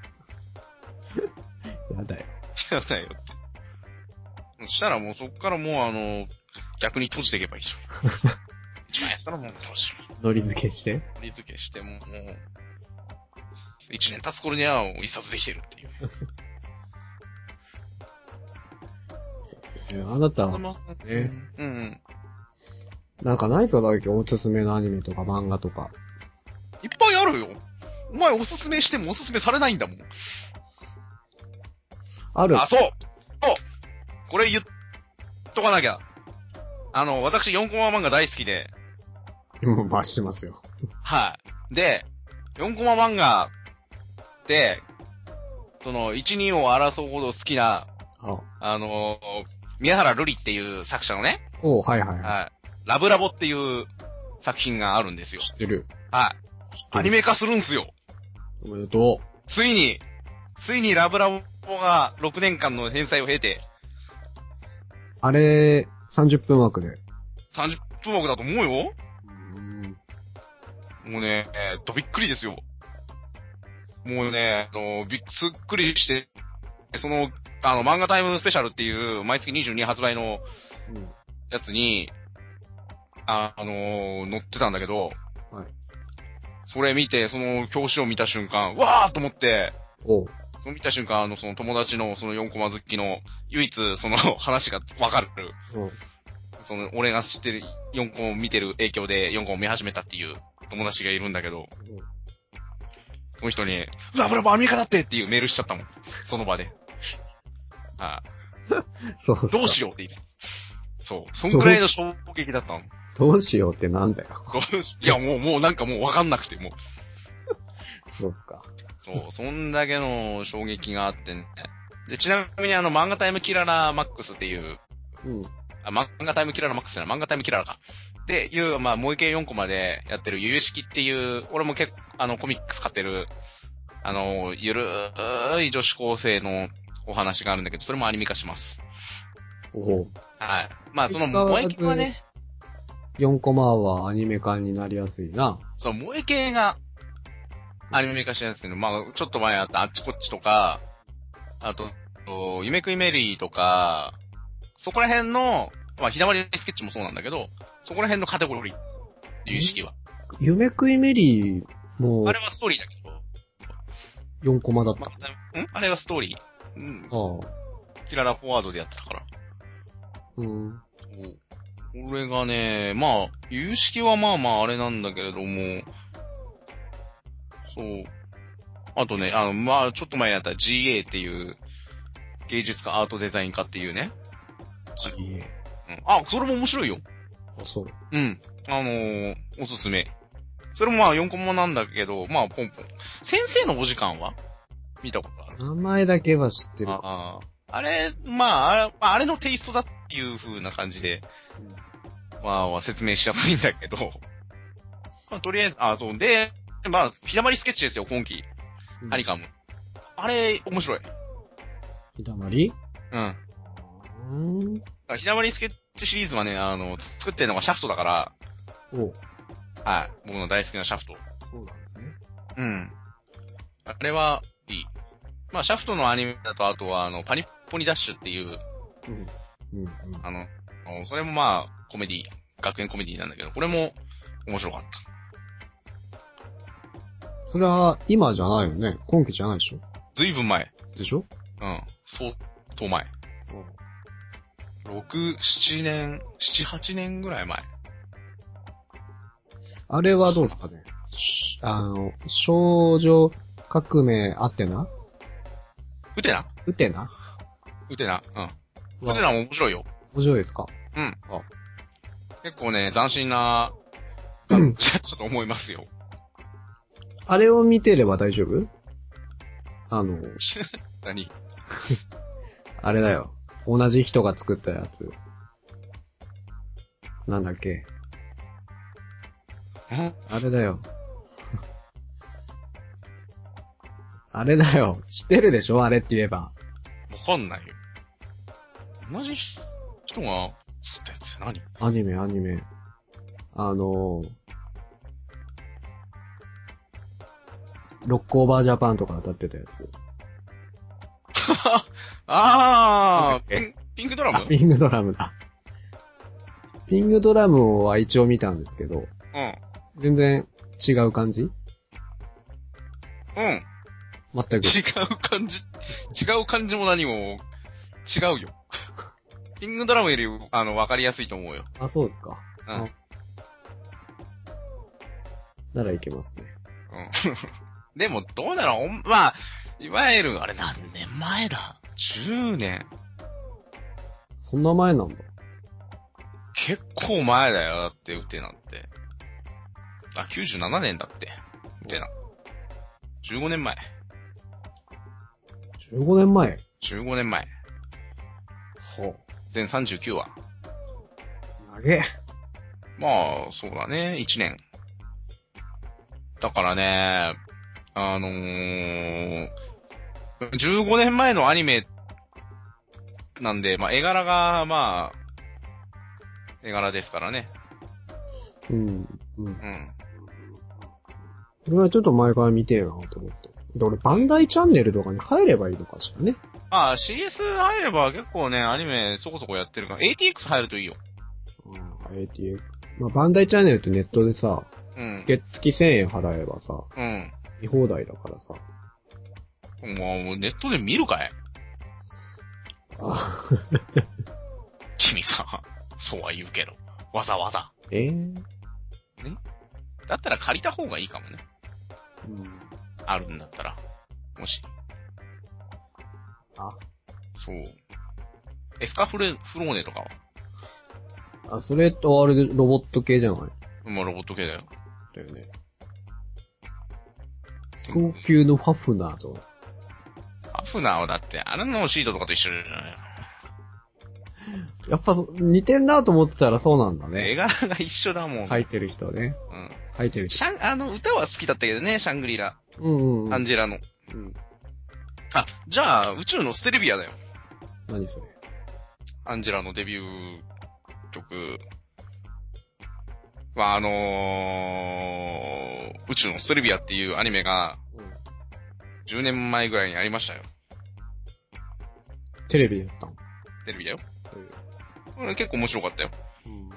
[SPEAKER 1] やだよ。
[SPEAKER 2] やだよって。そしたらもうそっからもうあの、逆に閉じていけばいいじゃん。 一番やったらもう閉じる。
[SPEAKER 1] ノリ付けして。
[SPEAKER 2] 取り付けしても、もう、一年経つ頃にはもう一冊できてるっていう。
[SPEAKER 1] えあなたは、
[SPEAKER 2] の
[SPEAKER 1] え
[SPEAKER 2] うん。うん。
[SPEAKER 1] なんかないですかだけおすすめのアニメとか漫画とか。
[SPEAKER 2] いっぱいあるよ。お前おすすめしてもおすすめされないんだもん。
[SPEAKER 1] ある
[SPEAKER 2] あ、そうそうこれ言っとかなきゃ。あの、私4コマ漫画大好きで、
[SPEAKER 1] うん、まあ、しますよ。
[SPEAKER 2] はい。で、4コマ漫画って、その、1、2を争うほど好きな、
[SPEAKER 1] あ、
[SPEAKER 2] あのー宮原瑠璃っていう作者のね、
[SPEAKER 1] おうはいはいは
[SPEAKER 2] はい。ラブラボっていう作品があるんですよ
[SPEAKER 1] い。。知ってる。
[SPEAKER 2] はい。
[SPEAKER 1] 知ってる。
[SPEAKER 2] アニメ化するんすよ。
[SPEAKER 1] おめでと
[SPEAKER 2] ついに、ついにラブラボが6年間の返済を経て、
[SPEAKER 1] う。あれ、30分枠で。
[SPEAKER 2] 30分枠だと思うよ。
[SPEAKER 1] うん。
[SPEAKER 2] もうね、えーとびっくりですよ。もうね、あの、びっすっくりして、その、あの、漫画タイムスペシャルっていう、毎月22発売の
[SPEAKER 1] うん
[SPEAKER 2] やつに、あ、あのー載ってたんだけど、
[SPEAKER 1] はい
[SPEAKER 2] それ見て、その表紙を見た瞬間、わーっと思って、
[SPEAKER 1] おう。
[SPEAKER 2] その見た瞬間、あの、その友達のその4コマ好きの、唯一その話がわかる、
[SPEAKER 1] うん。
[SPEAKER 2] その、俺が知ってる4コマを見てる影響で4コマを見始めたっていう友達がいるんだけど、その人に、ラブラブアメリカだってっていうメールしちゃったもん。その場で。は
[SPEAKER 1] そうっす
[SPEAKER 2] い。
[SPEAKER 1] か
[SPEAKER 2] どうしようって言って。そう。そんくらいの衝撃だったの。
[SPEAKER 1] どうしようってなんだよ。
[SPEAKER 2] どうしいや、もう、もうなんかもうわかんなくて、もう。
[SPEAKER 1] そうっすか。
[SPEAKER 2] そう。そんだけの衝撃があってね。で、ちなみにあの、漫画タイムキララマックスっていう、
[SPEAKER 1] うん。
[SPEAKER 2] あ、漫画タイムキララマックスじゃない、漫画タイムキララか。っていう、まあ、もう一回4コマでやってる、ゆゆしきっていう、俺も結構、あの、コミックス買ってる、あの、ゆるーい女子高生のお話があるんだけど、それもアニメ化します。
[SPEAKER 1] おう。
[SPEAKER 2] はい。まあ、その、
[SPEAKER 1] 相変わ
[SPEAKER 2] 萌
[SPEAKER 1] らず
[SPEAKER 2] え系はね、
[SPEAKER 1] 4コマはアニメ化になりやすいな。
[SPEAKER 2] その萌え系が、アニメ化してるんですけど、まあ、ちょっと前あったあっちこっちとか、あと、と夢食いメリーとか、そこら辺の、まあ、ひだまりスケッチもそうなんだけど、そこら辺のカテゴリーっていう意識は。
[SPEAKER 1] 夢食いメリーも
[SPEAKER 2] あれはストーリーだけど、
[SPEAKER 1] 4コマだっ
[SPEAKER 2] ま
[SPEAKER 1] た。
[SPEAKER 2] あ、んあれはストーリー。うん。
[SPEAKER 1] ああ。
[SPEAKER 2] キララフォワードでやってたから。
[SPEAKER 1] うん。
[SPEAKER 2] そうこれがね、まあ、有識はまあまああれなんだけれども、そう。あとね、あの、まあ、ちょっと前にあった GA っていう、芸術家、アートデザイン家っていうね。
[SPEAKER 1] GA。
[SPEAKER 2] うん、あ、それも面白いよ。
[SPEAKER 1] あ、そう。
[SPEAKER 2] うん。あのーおすすめ。それもまあ4コマなんだけど、まあポンポン。先生のお時間は見たことある。
[SPEAKER 1] 名前だけは知ってる。
[SPEAKER 2] ああ。あれ、まあ、あれ、まあ、あれのテイストだっていう風な感じで、
[SPEAKER 1] うん
[SPEAKER 2] まあ、説明しやすいんだけど。 まあ、とりあえず、あ、そう。で、まあ、日だまりスケッチですよ、今期。
[SPEAKER 1] うん
[SPEAKER 2] アニカム。あれ、面白い。
[SPEAKER 1] ひだまり
[SPEAKER 2] うん。
[SPEAKER 1] うん。
[SPEAKER 2] 日だまりスケッチシリーズはね、あの、作ってるのがシャフトだから、
[SPEAKER 1] お
[SPEAKER 2] はい。僕の大好きなシャフト。
[SPEAKER 1] そうなんですね。
[SPEAKER 2] うん。あれは、いい。まあ、シャフトのアニメだと、あとは、あの、パニッポニダッシュっていう、
[SPEAKER 1] うん。うん、うん。
[SPEAKER 2] あの、あのそれもまあ、コメディ、学園コメディなんだけど、これも、面白かった。
[SPEAKER 1] それは、今じゃないよね。今期じゃないでしょ
[SPEAKER 2] ずいぶん前。
[SPEAKER 1] でしょ
[SPEAKER 2] うん。相当前。6、7年、7、8年ぐらい前。
[SPEAKER 1] あれはどうですかねしあの、少女革命アテナ
[SPEAKER 2] ウテナ
[SPEAKER 1] ウテナ
[SPEAKER 2] ウテナうん。ウテ
[SPEAKER 1] は
[SPEAKER 2] ナも面白いよ。
[SPEAKER 1] 面白いですか
[SPEAKER 2] 結構ね、斬新な、
[SPEAKER 1] う
[SPEAKER 2] 感
[SPEAKER 1] ん
[SPEAKER 2] じだったと思いますよ。
[SPEAKER 1] あれを見てれば大丈夫あの、
[SPEAKER 2] 何
[SPEAKER 1] あれだよ。同じ人が作ったやつ。なんだっけ
[SPEAKER 2] ん
[SPEAKER 1] あれだよ。 あれだよ。知ってるでしょあれって言えば。
[SPEAKER 2] わかんないよ。同じ人が作ったやつ何
[SPEAKER 1] アニメ、アニメ。あのー、ロックオーバージャパンとか歌ってたやつ。
[SPEAKER 2] ああ
[SPEAKER 1] え
[SPEAKER 2] ピンピンクドラム
[SPEAKER 1] あ、ピングドラムだ。ピングドラムは一応見たんですけど、
[SPEAKER 2] うん。
[SPEAKER 1] 全然違う感じ
[SPEAKER 2] うん。
[SPEAKER 1] 全く。
[SPEAKER 2] 違う感じ、違う感じも何も、違うよ。ピンクドラムより、あの、わかりやすいと思うよ。
[SPEAKER 1] あ、そうですか。
[SPEAKER 2] うん。
[SPEAKER 1] ならいけますね。
[SPEAKER 2] うん。 でも、どうだろうおんまあ、いわゆる、あれ何年前だ ?10 年
[SPEAKER 1] そんな前なんだ。
[SPEAKER 2] 結構前だよ、だって、ウテナって。あ、97年だって、ウテナ。15年前。
[SPEAKER 1] 15年前。
[SPEAKER 2] 15年前。
[SPEAKER 1] ほ
[SPEAKER 2] 全39話。
[SPEAKER 1] う。投げ。
[SPEAKER 2] まあ、そうだね、1年。だからね、あのー、15年前のアニメなんで、まあ、絵柄が、まあ、絵柄ですからね。
[SPEAKER 1] うん。うん。
[SPEAKER 2] うん。
[SPEAKER 1] これはちょっと前から見てえなと思って。で、俺、バンダイチャンネルとかに入ればいいのかしらね。
[SPEAKER 2] まあ、CS 入れば結構ね、アニメそこそこやってるから、ATX 入るといいよ。
[SPEAKER 1] うん、ATX。まあ、バンダイチャンネルってネットでさ、
[SPEAKER 2] うん。
[SPEAKER 1] 月月1000円払えばさ、
[SPEAKER 2] うん。
[SPEAKER 1] 見放題だからさ。
[SPEAKER 2] もう、ネットで見るかい
[SPEAKER 1] あ
[SPEAKER 2] 君さ、 そうは言うけど。わざわざ。
[SPEAKER 1] ええうん。
[SPEAKER 2] だったら借りた方がいいかもね。あるんだったら。もし。
[SPEAKER 1] あ、
[SPEAKER 2] そう。エスカフレ、フローネとかは。
[SPEAKER 1] あ、それとあれでロボット系じゃない
[SPEAKER 2] まあ、ロボット系だよ。
[SPEAKER 1] だよね。早急のファフナーと。
[SPEAKER 2] アフナーはだって、あれのシートとかと一緒じゃない
[SPEAKER 1] やっぱ似てんなと思ってたらそうなんだ
[SPEAKER 2] 絵
[SPEAKER 1] ね。
[SPEAKER 2] 柄が一緒だもん。
[SPEAKER 1] 書
[SPEAKER 2] い。
[SPEAKER 1] いてる人はね。
[SPEAKER 2] うん。
[SPEAKER 1] 書いてる人。
[SPEAKER 2] シャン、あの、歌は好きだったけどね、シャングリラ。
[SPEAKER 1] うんうんうん。
[SPEAKER 2] アンジェラの。
[SPEAKER 1] うん
[SPEAKER 2] あ、じゃあ、宇宙のステルビアだよ。
[SPEAKER 1] 何それ。
[SPEAKER 2] アンジェラのデビュー曲は、あのー、宇宙のステルビアっていうアニメが
[SPEAKER 1] うん
[SPEAKER 2] 10年前ぐらいにありましたよ。
[SPEAKER 1] テレビでやったの。
[SPEAKER 2] テレビだよ。これ結構面白かったよ。
[SPEAKER 1] うん。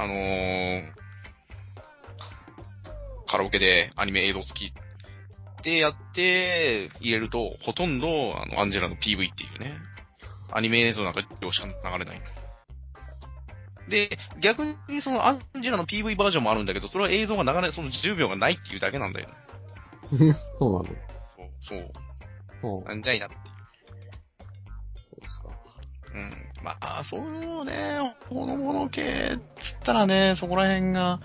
[SPEAKER 2] あのー、カラオケでアニメ映像付きでやって入れると、ほとんどあのアンジェラの PV っていうね、アニメ映像なんか両しか流れない。で、逆にそのアンジェラの PV バージョンもあるんだけど、それは映像が流れ、その10秒がないっていうだけなんだよね。
[SPEAKER 1] そうな
[SPEAKER 2] そう、そう、
[SPEAKER 1] の。うん。
[SPEAKER 2] なんじゃいな。
[SPEAKER 1] そうですか。
[SPEAKER 2] うん。まあ、そういうのね、ほのぼの系っつったらね、そこら辺が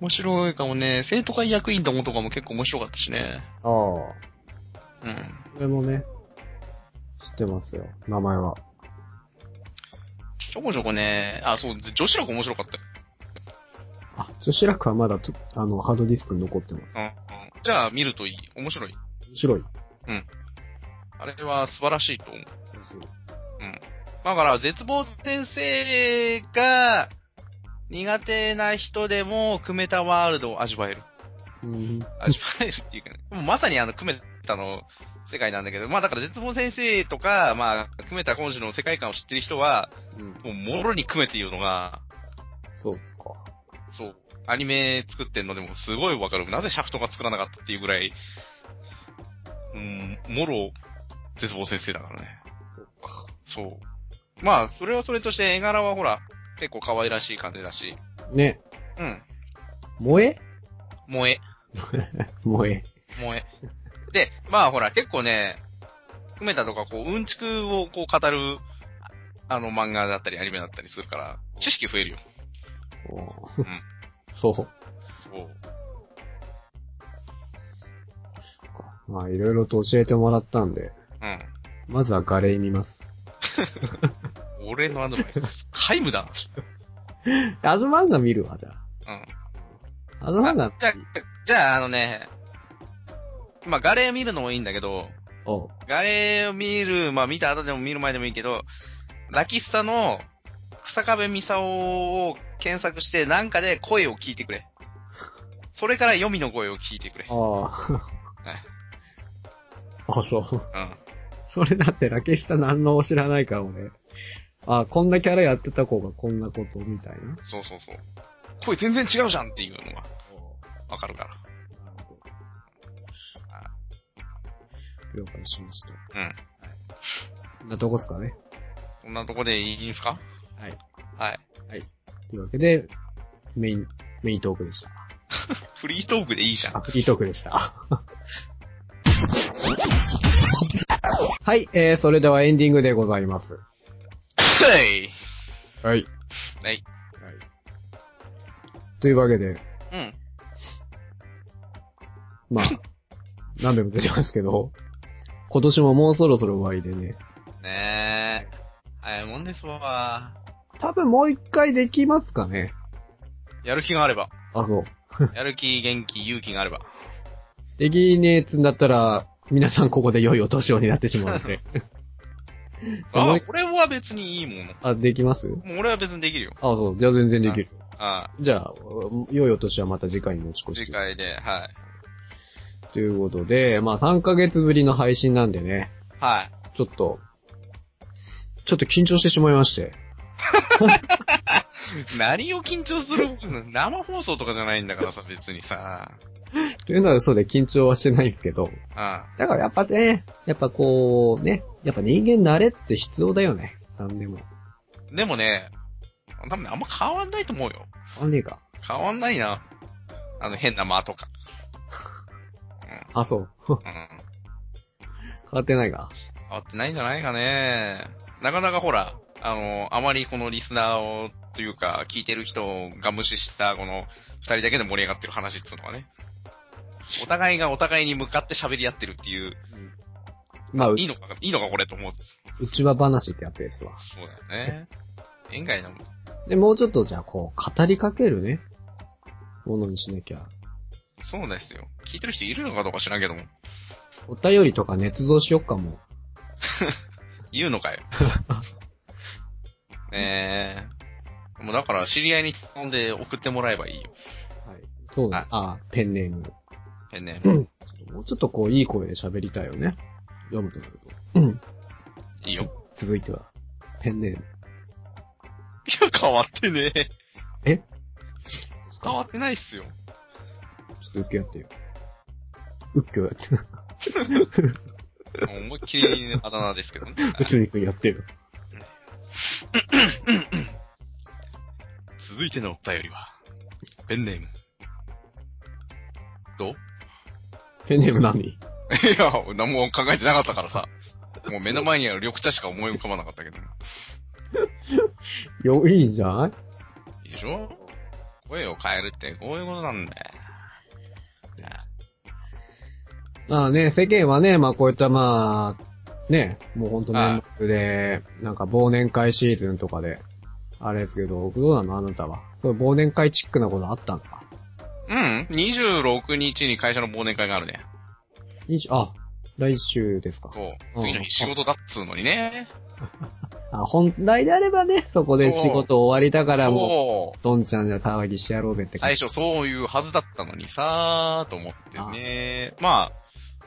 [SPEAKER 2] 面白いかもね。生徒会役員どもとかも結構面白かったしね。
[SPEAKER 1] ああ。
[SPEAKER 2] うん。
[SPEAKER 1] これもね、知ってますよ。名前は。
[SPEAKER 2] ちょこちょこね、あ、そう、女子力面白かったよ。
[SPEAKER 1] あ、女子楽はまだと、あの、ハードディスクに残ってます。
[SPEAKER 2] うん。うん、じゃあ、見るといい。面白い。
[SPEAKER 1] 面白い。
[SPEAKER 2] あれは素晴らしいと思う。だから、絶望先生が苦手な人でも、組めたワールドを味わえる。
[SPEAKER 1] うん。
[SPEAKER 2] 味わえるっていうかね。 もうまさにあの、久米田の世界なんだけど、まあだから絶望先生とか、まあ、久米田今週の世界観を知ってる人は、
[SPEAKER 1] うん。
[SPEAKER 2] もうもろに久米っていうのが、
[SPEAKER 1] そうですか。
[SPEAKER 2] そう、アニメ作ってんのでもすごいわかる。なぜシャフトが作らなかったっていうぐらい、うん、もろ、絶望先生だからね。
[SPEAKER 1] そうか。
[SPEAKER 2] そう。まあ、それはそれとして絵柄はほら、結構可愛らしい感じだし、
[SPEAKER 1] ね。
[SPEAKER 2] うん、
[SPEAKER 1] 萌え
[SPEAKER 2] 萌え。
[SPEAKER 1] 萌え。
[SPEAKER 2] 萌え。で、まあほら、結構ね、久米田とかこう、うんちくをこう語る、ああの漫画だったりアニメだったりするから、知識増えるよ。
[SPEAKER 1] お
[SPEAKER 2] う
[SPEAKER 1] ー
[SPEAKER 2] ん
[SPEAKER 1] そう
[SPEAKER 2] そう。
[SPEAKER 1] か。まあ、いろいろと教えてもらったんで、
[SPEAKER 2] う
[SPEAKER 1] まずはガレイ見ます。
[SPEAKER 2] ん。俺のアドバイス、皆無だ。
[SPEAKER 1] アズマンガ見るわ、じゃ
[SPEAKER 2] うん。
[SPEAKER 1] あ。アズマンガ
[SPEAKER 2] あ、じゃあ、じゃああのね、まあ、ガレー見るのもいいんだけど、
[SPEAKER 1] おう
[SPEAKER 2] ガレーを見る、まあ、見た後でも見る前でもいいけど、ラキスタの草壁ミサオを検索して、なんかで声を聞いてくれ。それから読みの声を聞いてくれ。
[SPEAKER 1] あ
[SPEAKER 2] はい
[SPEAKER 1] あ。あ、そう。
[SPEAKER 2] うん。
[SPEAKER 1] それだってラケスタ何の知らないから、俺。あ、こんなキャラやってた子がこんなこと、みたいな。
[SPEAKER 2] そうそうそう。声全然違うじゃんっていうのがわかるから。
[SPEAKER 1] なるほど。了解しました。
[SPEAKER 2] うん。
[SPEAKER 1] こんなとこっすかね。
[SPEAKER 2] こんなとこでいいんすか
[SPEAKER 1] はい。
[SPEAKER 2] はい。
[SPEAKER 1] とというわけで、メイン、メイントークでした。
[SPEAKER 2] フリートークでいいじゃん。
[SPEAKER 1] あ、いいトークでした。はい、えー、それではエンディングでございます。
[SPEAKER 2] はい。
[SPEAKER 1] はい。
[SPEAKER 2] はい。
[SPEAKER 1] というわけで、
[SPEAKER 2] うん。
[SPEAKER 1] まあ、何度も出てますけど、今年ももうそろそろ終わりでね、
[SPEAKER 2] ねえ。早いもんですわ。
[SPEAKER 1] 多分もう一回できますかね。
[SPEAKER 2] やる気があ れば。
[SPEAKER 1] あ、そう。
[SPEAKER 2] やる気、元気、勇気があ れば。
[SPEAKER 1] できねえっつんだったら、皆さんここで良いお年をになってしまうの で。も
[SPEAKER 2] あ
[SPEAKER 1] う
[SPEAKER 2] あ、これは別にいいもの。
[SPEAKER 1] あ、できます
[SPEAKER 2] もう俺は別にできるよ。
[SPEAKER 1] あ、そう。じゃあ全然できる。
[SPEAKER 2] あ
[SPEAKER 1] じゃあ、良いお年はまた次回に持ち
[SPEAKER 2] あ、
[SPEAKER 1] 越して。
[SPEAKER 2] 次回で、はい。
[SPEAKER 1] ということで、まあ3ヶ月ぶりの配信なんでね、
[SPEAKER 2] はい。
[SPEAKER 1] ちょっと、ちょっと緊張してしまいまして。
[SPEAKER 2] 何を緊張する生放送とかじゃないんだからさ、別にさ。
[SPEAKER 1] というのは嘘で緊張はしてないんですけど。
[SPEAKER 2] あ
[SPEAKER 1] だからやっぱね、やっぱこう、ね、やっぱ人間慣れって必要だよね。なんでも。
[SPEAKER 2] あでもね、多分ね、あんま変わんないと思うよ。
[SPEAKER 1] あんねえか。
[SPEAKER 2] 変わんないな。あの、変な間とか。
[SPEAKER 1] あ、そう。
[SPEAKER 2] うん。変
[SPEAKER 1] 変わってないか。
[SPEAKER 2] わってないんじゃないかね。なかなかほら、あの、あまりこのリスナーを、というか、聞いてる人が無視した、この、二人だけで盛り上がってる話っつうのはね。お互いがお互いに向かって喋り合ってるっていう、
[SPEAKER 1] まあ、う
[SPEAKER 2] いいのか、いいのかこれと思う。
[SPEAKER 1] うちは話ってやつですわ。
[SPEAKER 2] そうだよね。縁外なもん。
[SPEAKER 1] で、もうちょっとじゃあこう、語りかけるね、ものにしなきゃ。
[SPEAKER 2] そうですよ。聞いてる人いるのかどうか知らんけども。
[SPEAKER 1] お便りとか捏造しよっかも。
[SPEAKER 2] 言うの かよ。ねえ。もうだから知り合いに頼んで送ってもらえばいいよ。
[SPEAKER 1] はい。そうだ。ああ、ペンネーム。ちょ
[SPEAKER 2] ペンネ
[SPEAKER 1] う
[SPEAKER 2] ー
[SPEAKER 1] ん
[SPEAKER 2] ム。
[SPEAKER 1] もうちょっとこう、いい声で喋りたいよね。読むとなると。
[SPEAKER 2] いいよ。
[SPEAKER 1] 続いては、ペンネーム。
[SPEAKER 2] いや、変わってねえ。変わ
[SPEAKER 1] ちょ
[SPEAKER 2] ってないっすよ。
[SPEAKER 1] っとうっきょやってよ。うっき ょやって。
[SPEAKER 2] もう思いっきりあだ名ですけどね。
[SPEAKER 1] うつみくんやってよ。
[SPEAKER 2] 続いてのお便りは、ペンネーム。どう
[SPEAKER 1] ペンネーム何
[SPEAKER 2] いや、何も考えてなかったからさ。もう目の前にある緑茶しか思い浮かばなかったけど。
[SPEAKER 1] よ、いいじゃない
[SPEAKER 2] いいでしょ声を変えるってこういうことなんだよ。ね
[SPEAKER 1] まあね、世間はね、まあこういったまあ、ね、もうほんと年末で、なんか忘年会シーズンとかで、あれですけど、どうなのあなたは。そういう忘年会チックなことあったんですか
[SPEAKER 2] うん。26日に会社の忘年会があるね。
[SPEAKER 1] 20あ、来週ですか。
[SPEAKER 2] そう
[SPEAKER 1] うん。
[SPEAKER 2] 次の日仕事だっつうのにね。
[SPEAKER 1] あ、本来であればね、そこで仕事終わりだからも
[SPEAKER 2] そ
[SPEAKER 1] う、ど
[SPEAKER 2] う
[SPEAKER 1] んちゃんじゃ騒ぎしてやろうぜって
[SPEAKER 2] 最
[SPEAKER 1] じ。
[SPEAKER 2] 初そういうはずだったのにさーと思ってね。まあ、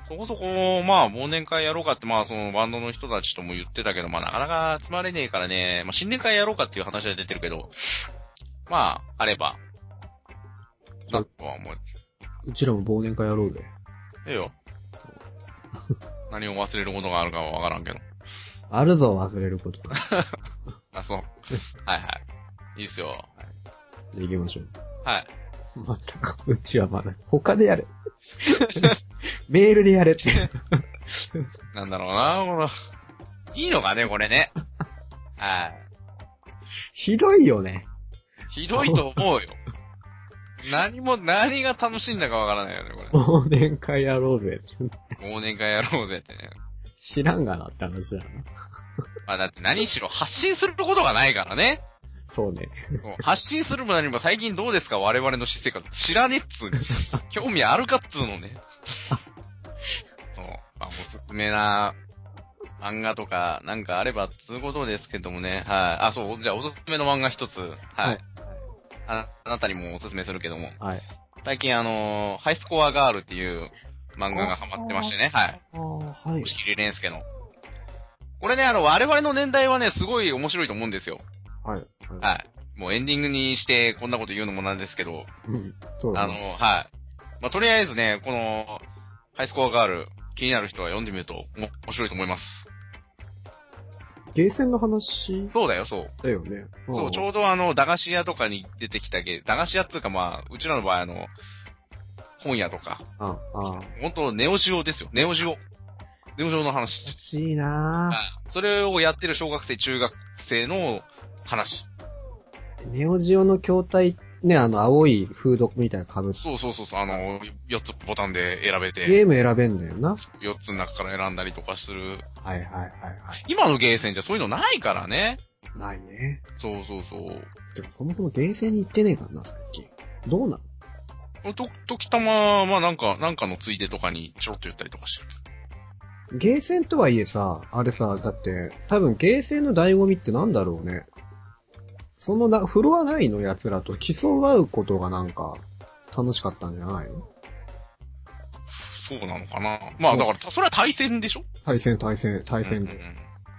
[SPEAKER 2] そこそこ、まあ忘年会やろうかって、まあそのバンドの人たちとも言ってたけど、まあなかなか集まれねえからね、まあ新年会やろうかっていう話は出てるけど、まあ、あれば、なとは思う。
[SPEAKER 1] うちらも忘年会やろうぜ。
[SPEAKER 2] え えよ。何を忘れることがあるかはわからんけど。
[SPEAKER 1] あるぞ、忘れること。 じ
[SPEAKER 2] あ、そう。はいはい。いいっすよ。
[SPEAKER 1] ゃあ行きましょう。
[SPEAKER 2] はい。
[SPEAKER 1] またか、うちはまだ、他でやれ。 メールでやれって。
[SPEAKER 2] なんだろうな、この、いいのかね、こ れね。は
[SPEAKER 1] ひどいよね。
[SPEAKER 2] い。ひどいと思うよ。何も、何が楽しいんだかわからないよね、こ
[SPEAKER 1] 忘年会やろうぜ。
[SPEAKER 2] れ。忘年会やろうぜってね。
[SPEAKER 1] 知らんがなって話だな。
[SPEAKER 2] まあだって何しろ発信することがないからね。
[SPEAKER 1] そうね。
[SPEAKER 2] そう発信するも何も最近どうですか我々の私生活。知らねえっつうの。興味あるかっつうのね。そう。まあ、おすすめな漫画とかなんかあればっつうことですけどもね。はい。あ、そう。じゃあおすすめの漫画一つ。はい。ああなたにもおすすめするけども。
[SPEAKER 1] はい。
[SPEAKER 2] 最近あのーハイスコアガールっていう漫画がハマってましてね。はい。
[SPEAKER 1] ああ、はい
[SPEAKER 2] 押。切蓮介の。これね、あの、我々の年代はね、すごい面白いと思うんですよ。
[SPEAKER 1] はい。い。
[SPEAKER 2] はい。もうエンディングにしてこんなこと言うのもなんですけど、
[SPEAKER 1] うん。そうだ
[SPEAKER 2] あ
[SPEAKER 1] ね。
[SPEAKER 2] の、はい。まあ、とりあえずね、この、ハイスコアガール、気になる人は読んでみると、も面白いと思います。
[SPEAKER 1] ゲーセンの話
[SPEAKER 2] そうだよ、そう。
[SPEAKER 1] だよね。
[SPEAKER 2] そう、ちょうどあの、駄菓子屋とかに出てきたゲー、駄菓子屋っつうかまあ、うちらの場合あの、本屋とか、
[SPEAKER 1] ああ、ああ。
[SPEAKER 2] 本当ネオジオですよ、ネオジオ。ネオジオの話。
[SPEAKER 1] しいな
[SPEAKER 2] はいそれをやってる小学生、中学生の話。
[SPEAKER 1] ぁ。ネオジオの筐体、ね、あの、青いフードみたいなの被って、
[SPEAKER 2] そうそうそうそう、あの、4つボタンで選べて、
[SPEAKER 1] ゲーム選べんだよな。
[SPEAKER 2] 4つの中から選んだりとかする。
[SPEAKER 1] はいはいはいはい。
[SPEAKER 2] 今のゲーセンじゃそういうのないからね。
[SPEAKER 1] ないね。
[SPEAKER 2] そうそうそう。
[SPEAKER 1] てかそもそもゲーセンに行ってねえからな、最近。どうなの
[SPEAKER 2] と、時たま、まあなんか、なんかのついでとかにちょろっと言ったりとかしてる。
[SPEAKER 1] ゲーセンとはいえさ、あれさ、だって、多分ゲーセンの醍醐味ってなんだろうね。そのな、フロア内の奴らと競い合うことがなんか、楽しかったんじゃないの
[SPEAKER 2] そうなのかな。まあだから、それは対戦でしょ
[SPEAKER 1] 対戦対戦、対戦
[SPEAKER 2] うんう
[SPEAKER 1] で。
[SPEAKER 2] ん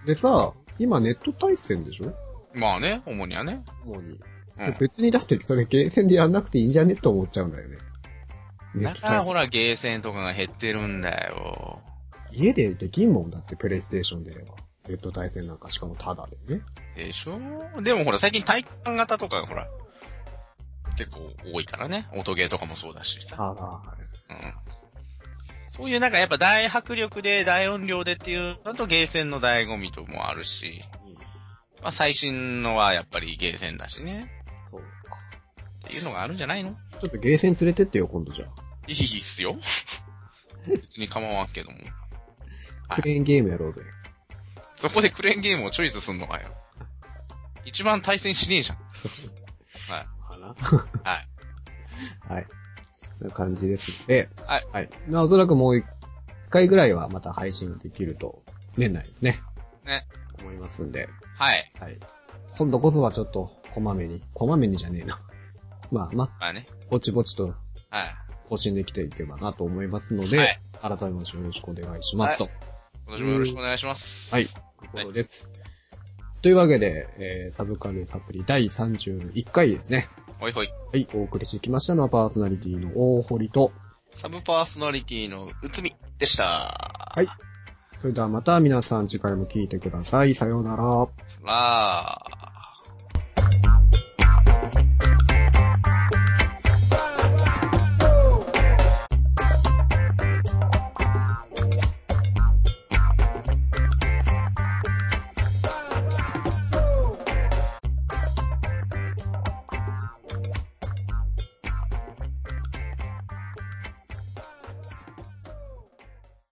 [SPEAKER 1] でさ、今ネット対戦でしょ
[SPEAKER 2] うんまあね、主にはね。
[SPEAKER 1] 主に。
[SPEAKER 2] うん。
[SPEAKER 1] 別にだってそれゲーセンでやんなくていいんじゃねと思っちゃうんだよね。ネ
[SPEAKER 2] だ
[SPEAKER 1] ット
[SPEAKER 2] から
[SPEAKER 1] 対
[SPEAKER 2] ほ
[SPEAKER 1] 戦。
[SPEAKER 2] ら、ゲーセンとかが減ってるんだよ。
[SPEAKER 1] 家でできんもんだって、プレイステーションでれば。ネット対戦なんかしかもタダでね。
[SPEAKER 2] でしょでもほら、最近体感型とかがほら、結構多いからね。音ゲーとかもそうだしさ。
[SPEAKER 1] ああ、
[SPEAKER 2] うん。そういうなんかやっぱ大迫力で大音量でっていうのとゲーセンの醍醐味ともあるし、まあ最新のはやっぱりゲーセンだしね。
[SPEAKER 1] そうか。
[SPEAKER 2] っていうのがあるんじゃないの
[SPEAKER 1] ちょっとゲーセン連れてってよ、今度じゃあ。
[SPEAKER 2] いいっ すよ。別に構わんけども。はい
[SPEAKER 1] クレーンゲームやろうぜ。
[SPEAKER 2] そこでクレーンゲームをチョイスすんのかよ。一番対戦しねえじゃん。
[SPEAKER 1] そう。
[SPEAKER 2] はい。
[SPEAKER 1] な。
[SPEAKER 2] はい。
[SPEAKER 1] はい。そんな感じですので。
[SPEAKER 2] はい。
[SPEAKER 1] はい。まあおそらくもう一回ぐらいはまた配信できると、年内ですね。
[SPEAKER 2] ね。
[SPEAKER 1] 思いますんで。
[SPEAKER 2] はい。
[SPEAKER 1] はい。今度こそはちょっと、こまめに。こまめにじゃねえな。まあまあ、
[SPEAKER 2] まあね。
[SPEAKER 1] ぼちぼちと
[SPEAKER 2] はい。
[SPEAKER 1] 更新できていけばなと思いますので、
[SPEAKER 2] はい
[SPEAKER 1] 改めましてよろしくお願いしますと。
[SPEAKER 2] 今年もよろしくお願いします。
[SPEAKER 1] はい。ということです。というわけで、えーサブカルサプリ第31回ですね。
[SPEAKER 2] ほいほい。
[SPEAKER 1] はい、お送りしてきましたのはパーソナリティの大堀と、。
[SPEAKER 2] サブパーソナリティのうつみでした。はい
[SPEAKER 1] それではまた皆さん次回も聞いてください。さようなら。
[SPEAKER 2] らー。